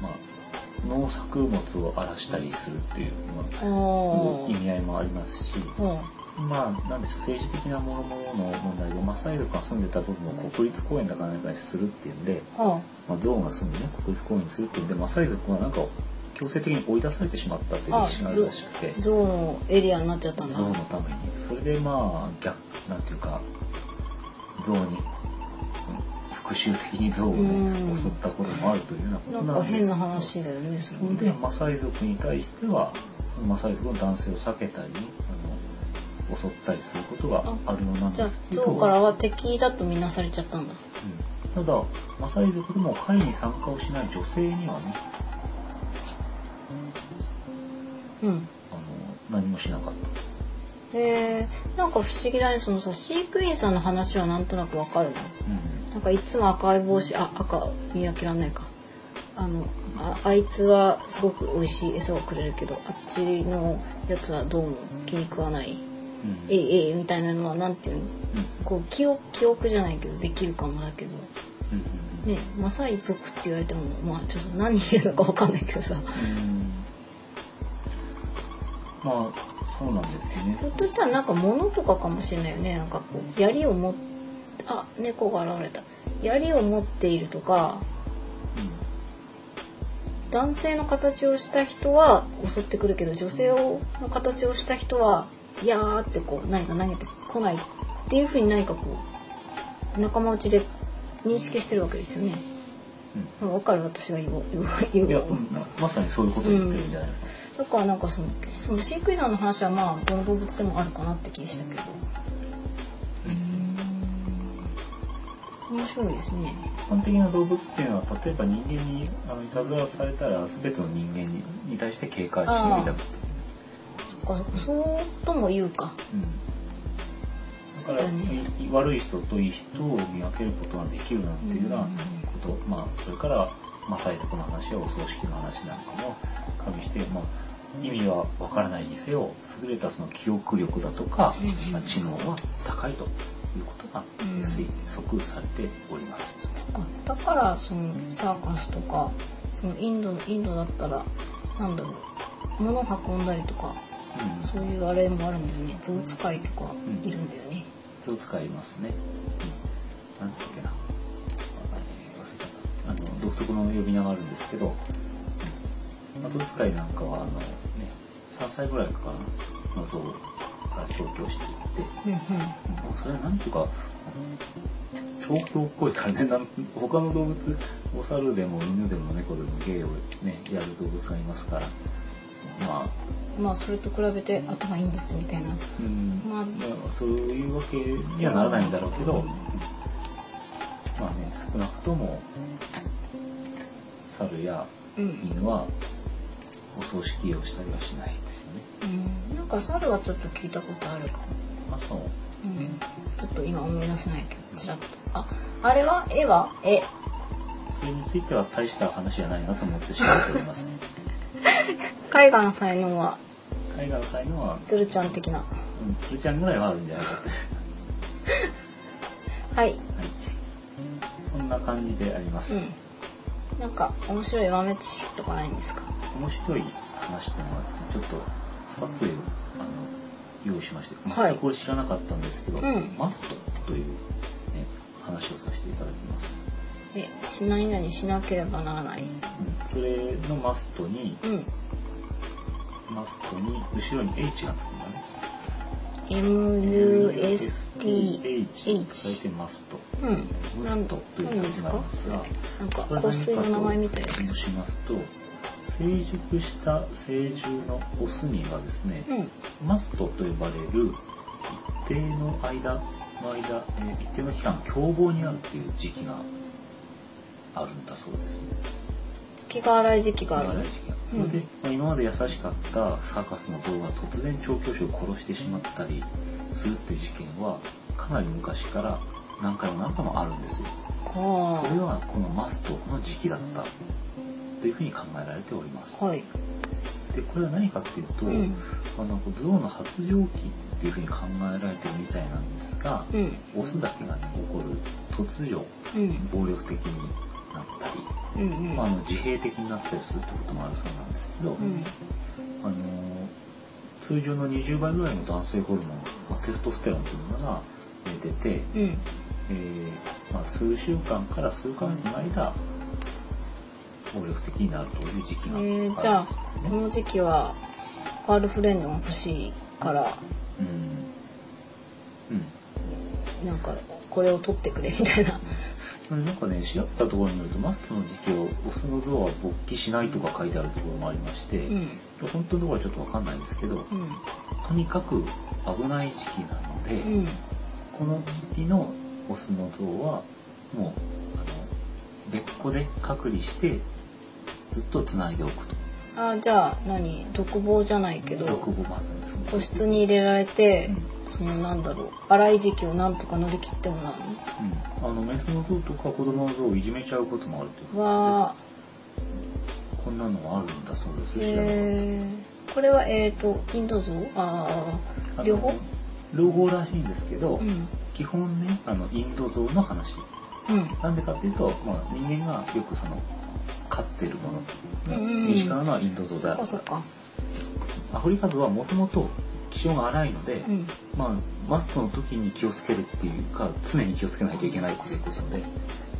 S1: まあ、農作物を荒らしたりするっていう、
S2: ああ。
S1: まあ、
S2: う
S1: 意
S2: ん。
S1: 味合いもありますし、まあ、なんでしょう、政治的なものの問題で、マサイ族が住んでた部分を国立公園だかなんかにするっていうんで、
S2: あ
S1: まあ、ゾウが住んでね、国立公園にするっていうんで、マサイ族はなんか強制的に追い出されてしまったっていう歴史があるらしくて。
S2: ゾウのエリアになっちゃったんだ。
S1: 象のためにそれでまあ逆なんていうか象にうん復讐的に象を
S2: う
S1: ね
S2: ん
S1: 襲ったこともあるというようなこ
S2: な
S1: と
S2: ん
S1: な
S2: か
S1: んです
S2: 変な話だよね。
S1: そ
S2: それ
S1: れで
S2: ね
S1: マサイ族に対してはそのマサイ族の男性を避けたりあの襲ったりすることがあるようなん
S2: じゃ
S1: で
S2: あ
S1: すけ
S2: ゾ
S1: ど
S2: ウからは敵だとみなされちゃったんだ。
S1: うんただマサイ族でも狩りに参加をしない女性にはね
S2: うん。
S1: あの何もしなかった
S2: えー、なんか不思議だねそのさ飼育員さんの話はなんとなくわかるの
S1: うん
S2: なんかいつも赤い帽子あ赤見分けらんないかあのああいつはすごく美味しい餌をくれるけどあっちのやつはどうも気に食わない
S1: うん
S2: えいえいみたいなのはなんていうの
S1: うん
S2: こう記憶記憶じゃないけどできるかもだけど
S1: うんうん
S2: ねマサイ族って言われてもまあちょっと何言えるのかわかんないけどさひ
S1: うんまあそうなんですよね。
S2: ょっとしたらなんか物とかかもしれないよねなんかこう槍を持ってあ猫が現れた槍を持っているとか男性の形をした人は襲ってくるけど女性をの形をした人はいやーってこう何か投げてこないっていうふうに何かこう仲間内で認識してるわけですよね。
S1: う
S2: わかる私が言おう言
S1: ん、う
S2: お
S1: ん、
S2: う
S1: い
S2: 言
S1: や
S2: おう
S1: まさにそういうことを言ってるんじゃないのか
S2: だからなんかそのその飼育員さんの話はまあどの動物でもあるかなって気したけどうーん面白いですね。
S1: 一般的な動物っていうのは例えば人間にあのいたずらされたら全ての人間にに対して警戒してみたくて、
S2: そっかそうとも言うか。
S1: うん、だから
S2: そうだね
S1: いい悪い人といい人を見分けることができるなんていうようなこと、まあ、それから、まあ、最悪の話やお葬式の話なんかも加味して、まあ、意味はわからないにせよ優れたその記憶力だとか、
S2: うん
S1: まあ知能は高いということが、え
S2: うん
S1: 推測されております。
S2: あだからそのサーカスとかそのインドインドだったらなんだろう物を運んだりとか
S1: うん、
S2: そういうあれもあるんだよね象使いとかいるんだよね、
S1: そう使いますね。うん、なんだっけな。あえー忘れちゃった。あの独特の呼び名があるんですけど、あアト使いなんかは、あの、ね、3歳ぐらいかな、の像から調教していって、
S2: うんうん
S1: うんそれはなんていうか、調教っぽいからね、なん他の動物、お猿でも犬でも猫でも芸をね、やる動物がいますから、まあ、
S2: まあそれと比べて頭いいんですみたいな
S1: うん、
S2: まあ
S1: ねそういうわけにはならないんだろうけど、まあね、少なくとも、猿や
S2: うん、
S1: 犬は、お葬式をしたりはしないんですよね。
S2: うん、なんか猿はちょっと聞いたことあるかも、
S1: あ、そう。
S2: うん、ちょっと今思い出せないけどちらっとああれは絵は絵
S1: それについては大した話じゃないなと思ってしまっておりますね。
S2: 絵画の才能は
S1: 海外の才能は、
S2: 鶴ちゃん的
S1: う
S2: な
S1: ん、鶴ちゃんぐらいはあるんじゃないかって。
S2: はい
S1: はい。そんな感じであります。
S2: うんなんか面白い豆知識とかないんですか
S1: 面白い話というのはですね、ちょっと2つ、あの、用意しまして、
S2: はい
S1: 全くこれ知らなかったんですけど、
S2: うん
S1: マストという、ね、話をさせていただきます。
S2: えし何々しなければならない
S1: うん、それのマストに、
S2: うん
S1: マストに、後ろに H がつくんだね。
S2: MUST
S1: H。書いてマスト。
S2: うん
S1: ム
S2: な
S1: ス
S2: ん
S1: トという
S2: なんです
S1: 形になり
S2: か
S1: ますが、
S2: なんか
S1: これ
S2: 香水の名前みたい
S1: 何
S2: な
S1: かと申しますと成熟した成獣のオスにはですね、
S2: うん
S1: マストと呼ばれる一定の間の間、えー一定の期間凶暴になるっていう時期があるんだそうですね。
S2: 気が荒い時期がある
S1: 長い時期がそれで、
S2: うん
S1: まあ、今まで優しかったサーカスの像が突然調教師を殺してしまったりするっていう事件はかなり昔から何回も何回もあるんですよ。
S2: は
S1: それはこのマストの時期だったというふうに考えられております。
S2: あはい
S1: でこれは何かっていうと、
S2: うん
S1: あの象の発情期っていうふうに考えられてるみたいなんですが、
S2: うん
S1: オスだけが、ね、起こる突如
S2: うん
S1: 暴力的になったり、
S2: うんうん
S1: まあ、あの自閉的になったりするってこともあるそうなんですけど、
S2: うん
S1: あの通常の20倍ぐらいの男性ホルモン、まあテストステロンというものがえ出て、
S2: うん
S1: えーまあ、数週間から数ヶ月の間暴力的になるという時期
S2: え
S1: があるんですね
S2: ー、じゃあこの時期はガールフレンドが欲しいから
S1: うん、
S2: なんかこれを取ってくれみたいな
S1: うん、なんかね調べたところによるとマストの時期をオスの像は勃起しないとか書いてあるところもありまして、
S2: うん
S1: 本当のところはちょっとわかんないんですけど、
S2: うん
S1: とにかく危ない時期なので、
S2: うん
S1: この時期のオスの像はもうあの別個で隔離してずっとつないでおくと
S2: あーじゃあ何独房じゃないけ
S1: 欲
S2: ど
S1: 望までですね
S2: 個室に入れられて
S1: う
S2: そのなんだろう荒い時期をなんとか乗り切ってもらう
S1: うん、あのメスの像とか子供の像をいじめちゃうこともあるという
S2: のは
S1: こんなのもあるんだそうです。知らなかっ
S2: えー、これはえっ、とインド像あ
S1: た
S2: あ両方
S1: あの両方らしいんですけど、
S2: うん
S1: 基本ねあのインド像の話
S2: うん
S1: なんでかっていうと、まあ、人間がよくその飼ってるもの、ね
S2: うん
S1: 身近なのはインド像
S2: そ
S1: だ
S2: っかそっか
S1: アフリカ像はもともと気象が荒いので、
S2: うん
S1: まあ、マストの時に気をつけるっていうか常に気をつけないといけないっていうことで、ま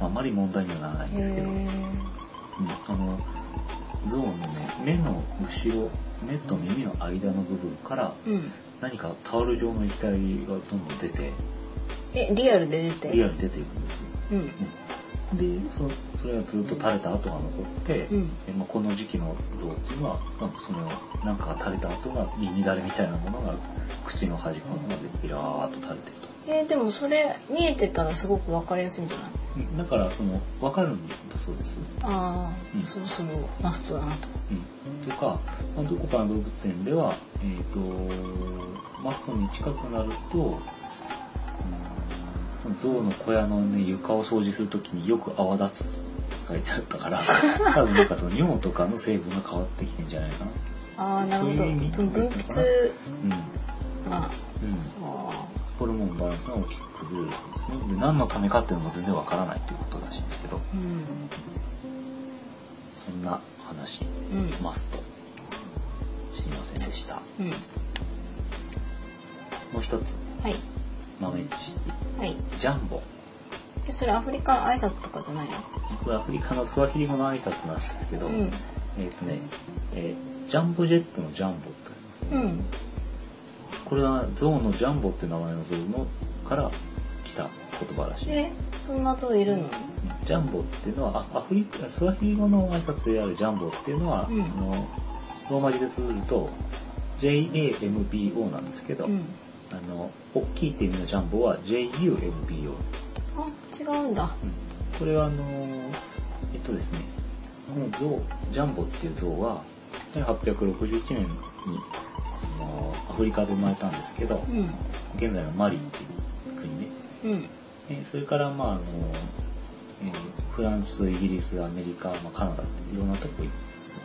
S1: あ、あまり問題にはならないん
S2: へ
S1: ですけど。
S2: え
S1: うんあのゾウのね目の後ろ目と耳の間の部分から
S2: うん
S1: 何かタオル状の液体がどんどん出て
S2: えリアルで出て
S1: リアルに出ていくんですよ、
S2: うん
S1: ね、でそそれがずっと垂れた跡が残って、
S2: うん
S1: えまあ、この時期のゾウっていうのはなんかそのなんかが垂れた跡が耳だれみたいなものが口の端っこの方までビラーっと垂れてると、
S2: えー、でもそれ見えてたらすごくわかりやすいんじゃない
S1: うんだからその分かるんだそうです
S2: ああ、
S1: うん
S2: そろそろマストだなと
S1: うんとか、まあどこかの動物園では、えー、とマストに近くなると、うんその象の小屋の、ね、床を掃除するときによく泡立つと書いてあったから
S2: [laughs]
S1: 多分なんかその尿とかの成分が変わってきてんじゃないかな。
S2: ああなるほど
S1: そう
S2: そ
S1: いう意味
S2: の分泌
S1: うん
S2: が
S1: うん
S2: あ
S1: ホルモンバランスが大きく崩れるそうですねで何のためかっていうのも全然わからないということらしいんですけど
S2: ーうん
S1: そんな話
S2: うん
S1: マスト知りませんでした
S2: うん
S1: もう一つ
S2: はい
S1: 豆知識
S2: はい
S1: ジャンボ。
S2: えそれアフリカの挨拶とかじゃない
S1: これアフリカのスワヒリ語の挨拶なんですけど、
S2: のうん
S1: えっ、とね、えージャンボジェットのジャンボってあります、ね
S2: うん。
S1: これはゾウのジャンボって名前のゾウのから来た言葉らしい。
S2: え、そんなゾウいるの
S1: ジャンボっていうのはあアフリカスワヒリ語の挨拶であるジャンボっていうのは、
S2: うん
S1: あのローマ字で綴ると JAMBO なんですけど、
S2: うん。
S1: あの大きいっていう意味のジャンボは JUMBO、うん
S2: あ、違うんだ。
S1: これはあのえっとですねこの像ジャンボっていう像は1861年にあのアフリカで生まれたんですけど
S2: うん。
S1: 現在のマリっていう国ね
S2: うん。
S1: えーそれから、まああのえーフランスイギリスアメリカ、まあ、カナダっていろんなとこ行っ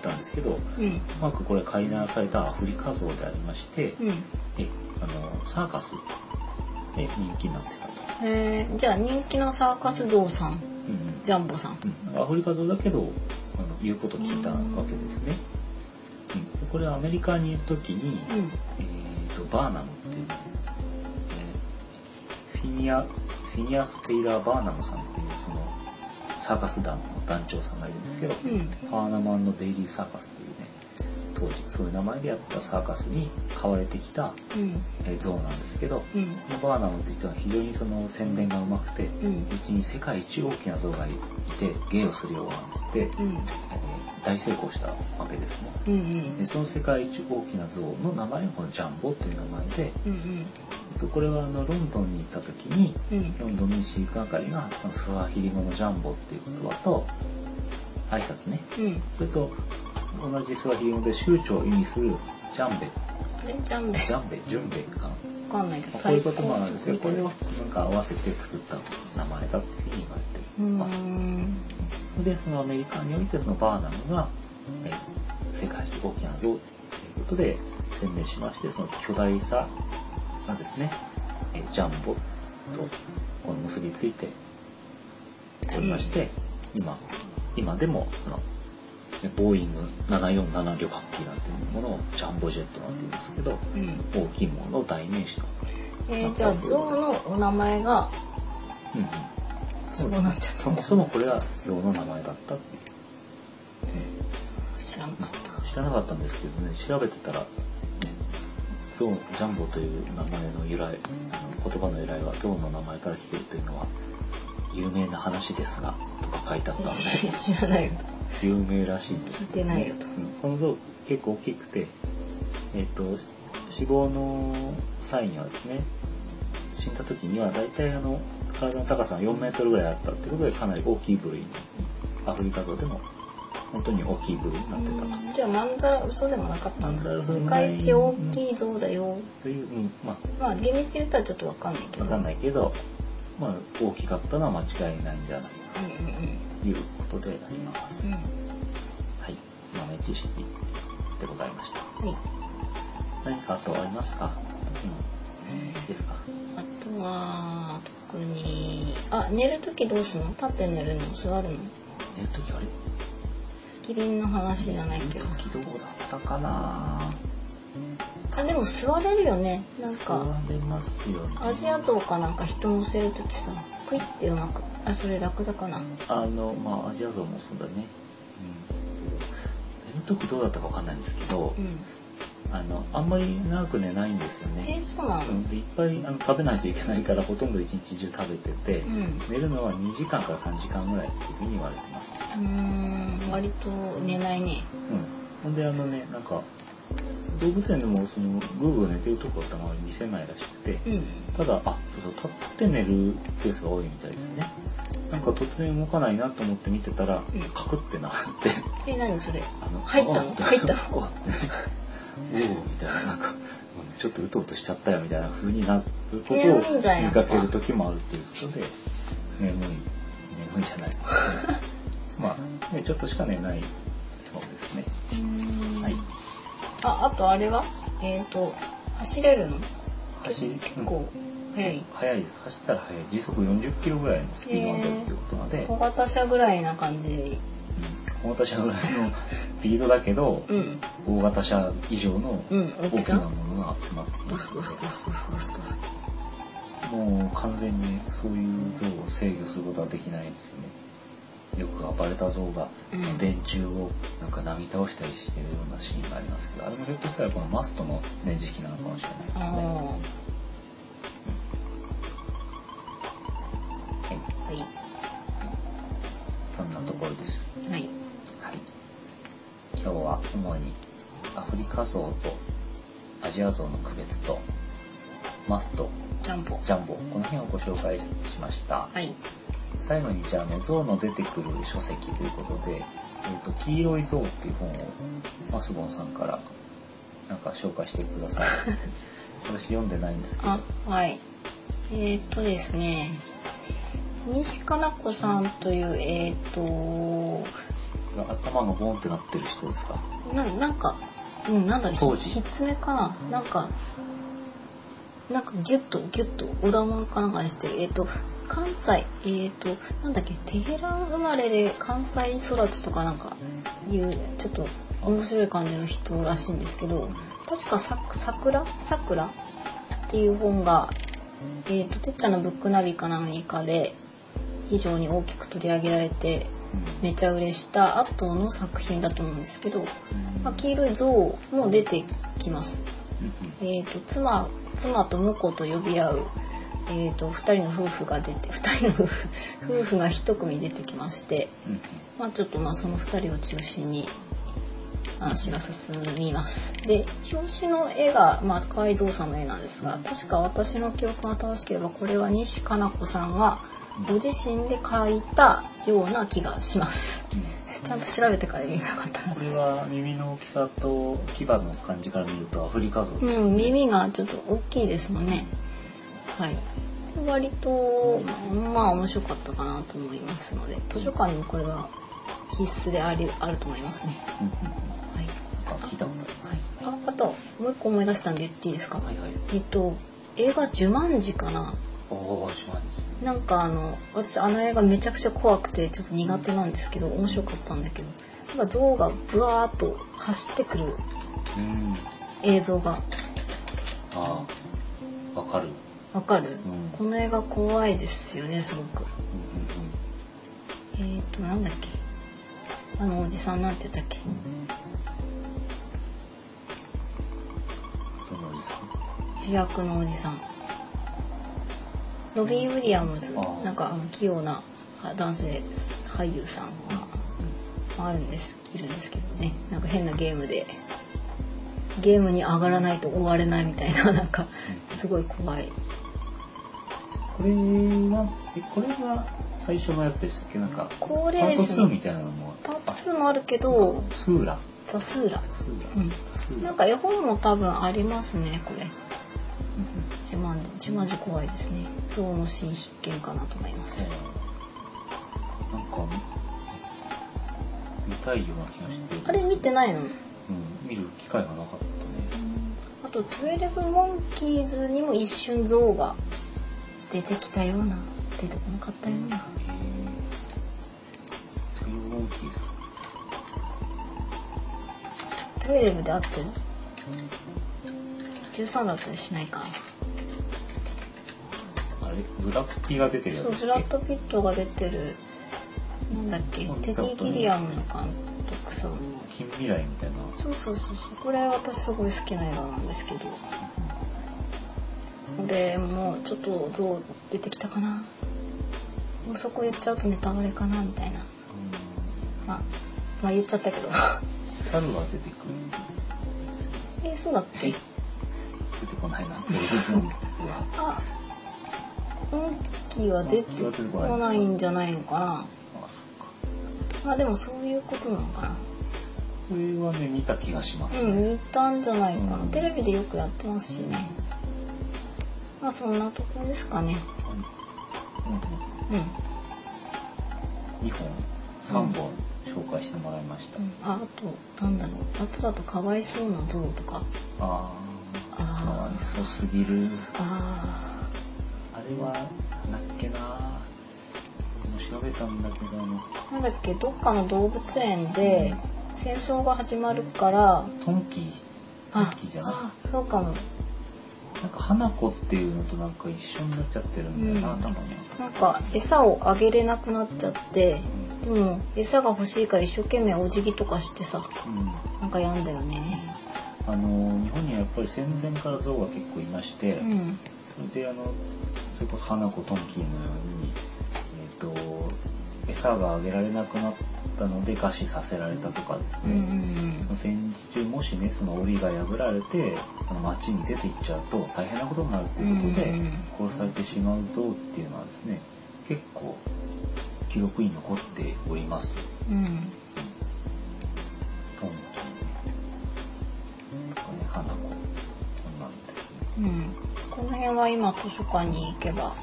S1: たんですけど
S2: うん。
S1: うまくこれ改ざんされたアフリカ像でありまして、
S2: うん。
S1: えーあのサーカスで人気になってたと、
S2: えー、じゃあ人気のサーカスゾウさん、
S1: うんうん
S2: ジャンボさん。
S1: うんアフリカ像だけどあの言うこと聞いたわけですね、うんでこれはアメリカにいる時に、
S2: うん。
S1: えー、とバーナムっていう、えーフィニアフィニアス・テイラー・バーナムさんっていうそのサーカス団の団長さんがいるんですけど、
S2: うん。
S1: パーナマンのデイリーサーカスっていうね当時そういう名前でやってたサーカスに買われてきた、
S2: うん。
S1: えー像なんですけど、
S2: うん。
S1: このバーナムって人は非常にその宣伝がうまくて、
S2: う。
S1: うんちに世界一大きな像がいて芸をするようなんですって、
S2: うん。
S1: えー大成功したわけですね。
S2: うん。うん。
S1: でその世界一大きな像の名前がこのジャンボという名前で、
S2: うん。
S1: えっとこれはあのロンドンに行った時に
S2: うん。
S1: ロンドンの飼育係がそのスワヒリ語のジャンボっていう言葉と挨拶ね
S2: うん。
S1: それと同じスワヒリ語で州長を意味するジャンベ
S2: あれジャンベ
S1: ジャンベジュンベかなま
S2: わかんないけ
S1: あ
S2: ど。
S1: こういう言葉なんですけどこれをな
S2: う
S1: んか合わせて作った名前だっていうふうに言われて
S2: ーん。
S1: ます。でそのアメリカにおいてそのバーナムが、えー世界一大きな像ということで宣伝しましてその巨大さがですね、えージャンボとこの結びついておりまして、今今でもそのねボーイング747旅客機なんていうものをジャンボジェットなんて言いますけど
S2: うん。
S1: 大きいものを代名詞と、
S2: えー、じゃあ象のお名前が
S1: うんうん
S2: そうなっち
S1: そ
S2: ゃっ
S1: もそもこれが像の名前だったっていう
S2: た知らなかった
S1: 知らなかったんですけどね調べてたら、ね、ゾウジャンボという名前の由来あの言葉の由来はゾウの名前から来ているというのは有名な話ですがとか書いて
S2: [laughs]
S1: あったので
S2: 知らない
S1: 有名らしいんです
S2: 聞いてないよと
S1: うんこのゾウ結構大きくてえっ、と死亡の際にはですね死んだ時には大体あの体の高さが4メートルぐらいあったってことでかなり大きい部類にアフリカゾウでも本当に大きい部類になってたと。
S2: じゃあまんざら嘘でもなかったん
S1: まんざら
S2: だ
S1: 嘘
S2: 世
S1: でもない
S2: 界一大きい像だよ
S1: という、うん、ま
S2: まあ厳密に言ったらちょっとわかんないけ
S1: あ、
S2: ど
S1: わかんないいけど、まあ、大きかったのは間違いないんじゃないか
S2: うんうん
S1: ということであります。
S2: うん
S1: はい。豆知識でございました。
S2: うんはい
S1: 何かあとありますかうん。いいですか
S2: あとは特にあ寝る時どうするの立って寝るの座るの
S1: 寝るときあれ
S2: キリンの話じゃない
S1: 寝
S2: け
S1: ると
S2: ど
S1: きどうだったかな
S2: あでも座れるよねなんか
S1: 座れますよね。
S2: アジアゾウかなんか人乗せるときさクイッてうまくあそれ楽だかな
S1: あの、まあ、アジアゾウもそうだね。うん。寝るときどうだったかわかんないんですけど
S2: う、ん
S1: あの、あんまり長く寝ないんですよね。
S2: えそうなの
S1: うんでいっぱいあの食べないといけないから [laughs] ほとんど一日中食べてて、
S2: うんう
S1: 寝るのは2時間から3時間ぐらいっていうふうに言われてます、
S2: ーん割と寝ないね
S1: うん、ほんであのねなんか動物園でもそのグーグー寝てるとこはたまに見せないらしくて
S2: うん
S1: ただあそうそう立って寝るケースが多いみたいですねなんか突然動かないなと思って見てたら、
S2: うん
S1: カクってなって
S2: え何それ
S1: あの
S2: 入ったの
S1: ああ
S2: 入
S1: [laughs]
S2: ったの
S1: あっておおみたいななんかうんちょっとうとうとしちゃったよみたいな風になることを
S2: 眠いん
S1: 見
S2: じゃんやっぱ
S1: かける時もあるっていうことで眠い眠いじゃ
S2: [laughs]
S1: ないまあ、ね、ちょっとしか寝ないそうですね
S2: うーん
S1: はい
S2: ああとあれはえっ、と走れるの
S1: 走り
S2: 結構速い
S1: 速いです走ったら速い時速40キロぐらいのスピードが出るってことなので、
S2: 小型車ぐらいな感じ
S1: うん大型車ぐらいのスピードだけど
S2: うん
S1: 大型車以上の
S2: うん
S1: 大
S2: 大き
S1: き
S2: さ
S1: なものが集まってき
S2: ド
S1: ま
S2: ス
S1: す
S2: ドスドスドスドスドス
S1: もう完全にそういう像を制御することはできないですね。よく暴れた像が
S2: うん
S1: 電柱をなんか波倒したりしてるようなシーンがありますけどあれもひょっとしたらこのマストの年次期なのかもしれないですね。は
S2: あ
S1: い
S2: あはい
S1: そんなところです。
S2: は
S1: は
S2: い
S1: い。今日は主にアフリカ像とアジア像の区別とマスト、
S2: ジャンボ
S1: ジャンボ、この辺をご紹介しました。
S2: はい
S1: 最後にじゃあね、像の出てくる書籍ということで、えっ、と、黄色い像っていう本をマスボンさんからなんか紹介してください。
S2: [laughs]
S1: 私読んでないんですけど。
S2: あはいえー、っとですね西加奈子さんというえー、っと
S1: 頭がボンってなってる人ですか
S2: ななんか、うん、なんだろ
S1: 当
S2: う
S1: 時
S2: ひひっつめかななんかなんかギュッとギュッとおだまかなんかにしてるえっ、と関西えっ、となんだっけテヘラン生まれで関西育ちとかなんかいうちょっと面白い感じの人らしいんですけど確かさ「桜桜」っていう本が、えー、とてっちゃんのブックナビか何かで非常に大きく取り上げられて
S1: うん
S2: めちゃ売れした後の作品だと思うんですけど
S1: うん
S2: まあ、黄色い像も出てきます。
S1: うん
S2: えっ、と妻妻と婿と呼び合う。えー、と2人の夫婦が出て2人の夫婦 [laughs] 夫婦が1組出てきまして、
S1: うん
S2: まあ、ちょっとまあその2人を中心に話が進みますで表紙の絵が、まあ、海蔵さんの絵なんですが確か私の記憶が正しければこれは西加奈子さんがご自身で描いたような気がします [laughs]
S1: うん
S2: ちゃんと調べてから言えなかったな
S1: これは耳の大きさと牙の感じから見るとアフリカ像ですね
S2: うん、耳がちょっと大きいですもんね。はい。割と、まあ面白かったかなと思いますので、図書館にもこれは必須であり、あると思いますね。
S1: うんうん
S2: はい。
S1: なんか聞いたことあります
S2: はい。あ、あと、もう一個思い出したんで言っていいですか。
S1: はいはい
S2: えっと、映画ジュマンジかな。
S1: おおーしまい
S2: なんかあの、私あの映画めちゃくちゃ怖くてちょっと苦手なんですけど、面白かったんだけど、なんか象がブワーっと走ってくる
S1: うん
S2: 映像が
S1: ああわかる
S2: わかる、
S1: うん
S2: この映画怖いですよねすごく
S1: う
S2: えっ、ー、となんだっけあのおじさんなんて言ったっけ
S1: んうんうんどのおじさん
S2: 主役のおじさんロビー・ウィリアムズ
S1: あー
S2: なんかあの器用なあ男性俳優さんがまああるんですいるんですけどねなんか変なゲームでゲームに上がらないと終われないみたいな [laughs] なんかすごい怖い
S1: これはえこれが最初のやつでしたっけなんか
S2: これ
S1: パ
S2: で
S1: ート
S2: す
S1: 2
S2: ね
S1: みたいなのも
S2: パート2もあるけど
S1: スーラ
S2: ザ・スーラ
S1: スーラ
S2: うん
S1: スーラ
S2: なんか絵本も多分ありますねこれ
S1: うんうん
S2: ジュマンジジュマンジ怖いですね象のシーン必見かなと思います、
S1: なんか見たいような気がして
S2: あれ見てないの
S1: うん、見る機会がなかったね。
S2: あと12モンキーズにも一瞬象が出てきたような出てこなかったような
S1: へえ。トゥーモンキーズ。
S2: 12で合ってる13だったりしないか
S1: あれ、ブラッピーが出てるやつ
S2: そ
S1: だ
S2: う
S1: っけ。
S2: ブラッド・ピットが出てるなんだっけテディ・ギリアムの監督さんの
S1: 近未来みたいな。
S2: そうそうそうそうこれ私すごい好きな映画なんですけどこれもちょっと像出てきたかなもうそこ言っちゃうとネタバレかなみたいな、まあ、まあ言っちゃったけど [laughs]
S1: 猿は出てくる。
S2: えそうだっけ
S1: 出てこないな。トゥーモンキーズは。
S2: あモンキーは出てこないんじゃないのか
S1: あ、そっか。
S2: なまあでもそういうことなのかな
S1: これはね、見た気がします
S2: う
S1: ね。
S2: ん見たんじゃないかな、
S1: うん
S2: テレビでよくやってますしねまあそんなとこですかね
S1: うん。
S2: うん、うん、
S1: 二本、三本紹介してもらいました。
S2: ああとなんだろう夏だとかわいそうな像とか
S1: ああ、かわいそうすぎる。
S2: あ
S1: あれは、なんだっけなもう調べたんだけど、あの、
S2: ーなんだっけどっかの動物園で戦争が始まるから
S1: トンキー、トン
S2: あ
S1: キーじゃない
S2: あそうかも
S1: なんか花子っていうのとなんか一緒になっちゃってるんだよな、
S2: うん
S1: 頭に。
S2: なんか餌をあげれなくなっちゃって
S1: うん
S2: でも餌が欲しいから一生懸命お辞儀とかしてさなんかやんだよね
S1: あの日本にはやっぱり戦前から象が結構いまして、
S2: うん
S1: それであのそれこそ花子トンキーのように、えっと餌があげられなくなったので餓死させられたとかです
S2: うん
S1: ね、
S2: うん
S1: その戦時中もしねその檻が破られてあの町に出て行っちゃうと大変なことになるということで、
S2: うんうん
S1: 殺されてしまう象っていうのはですね結構記録に残っております
S2: うん
S1: トンキーとかね花子こんなんですね
S2: うんうんこの辺は今図書館に行けば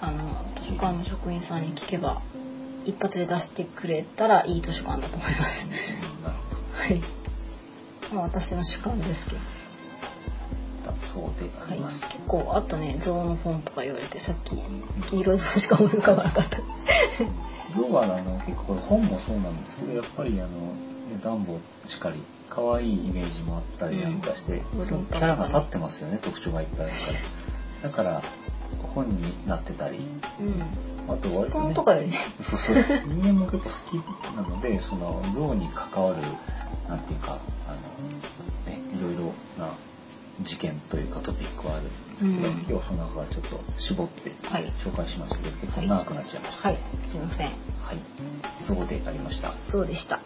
S2: あの図書館の職員さんに聞けば一発で出してくれたらいい図書館だと思います
S1: うんなるほど
S2: はいまあ私の主観ですけど
S1: だそうであ
S2: はい、
S1: ります
S2: 結。構あったね象の本とか言われてさっき黄色い象しか思い浮かばなかった
S1: ゾウはあの結構これ本もそうなんですけどやっぱりあの暖房しかり可愛いイメージもあったりなんかして、
S2: うん
S1: そのキャラが立ってますよね特徴がいっぱいあるからだから本になってたり
S2: うん
S1: あと
S2: ス
S1: 割
S2: ッポ
S1: と
S2: ン
S1: ね
S2: とかよりね
S1: そうそう人間も結構好きなのでその象に関わるなんていうかあの、ね、いろいろな事件というかトピックはあるんですけど、
S2: うん
S1: 今日はその中からちょっと絞って
S2: はい
S1: 紹介しましたけど、結構長くなっちゃいました
S2: は
S1: ね
S2: い。すいません
S1: はい、そうでありました。は
S2: 象でした
S1: い、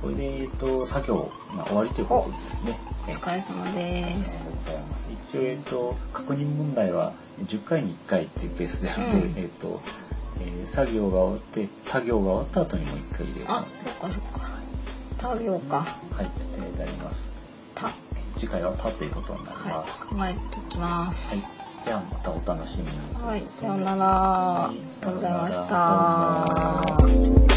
S1: これで、えっと、作業が終わりということですね。
S2: お
S1: え
S2: 疲れ様で
S1: お疲れ
S2: す
S1: 様でございます。一応、えっと、確認問題は10回に1回っていうペースであるので、
S2: う
S1: え
S2: ん
S1: っと、えー作業が終わって、他行が終わった後にもう1回入れるの
S2: あ
S1: で
S2: そっかそっかタ行か
S1: はい、であります。
S2: タは
S1: 次回は他ということになり
S2: い
S1: ます。は
S2: 考えておきま
S1: い、
S2: す
S1: ではまたお楽しみに。
S2: はい、さようなら、
S1: はい
S2: ありがとうございまし
S1: さようなら
S2: た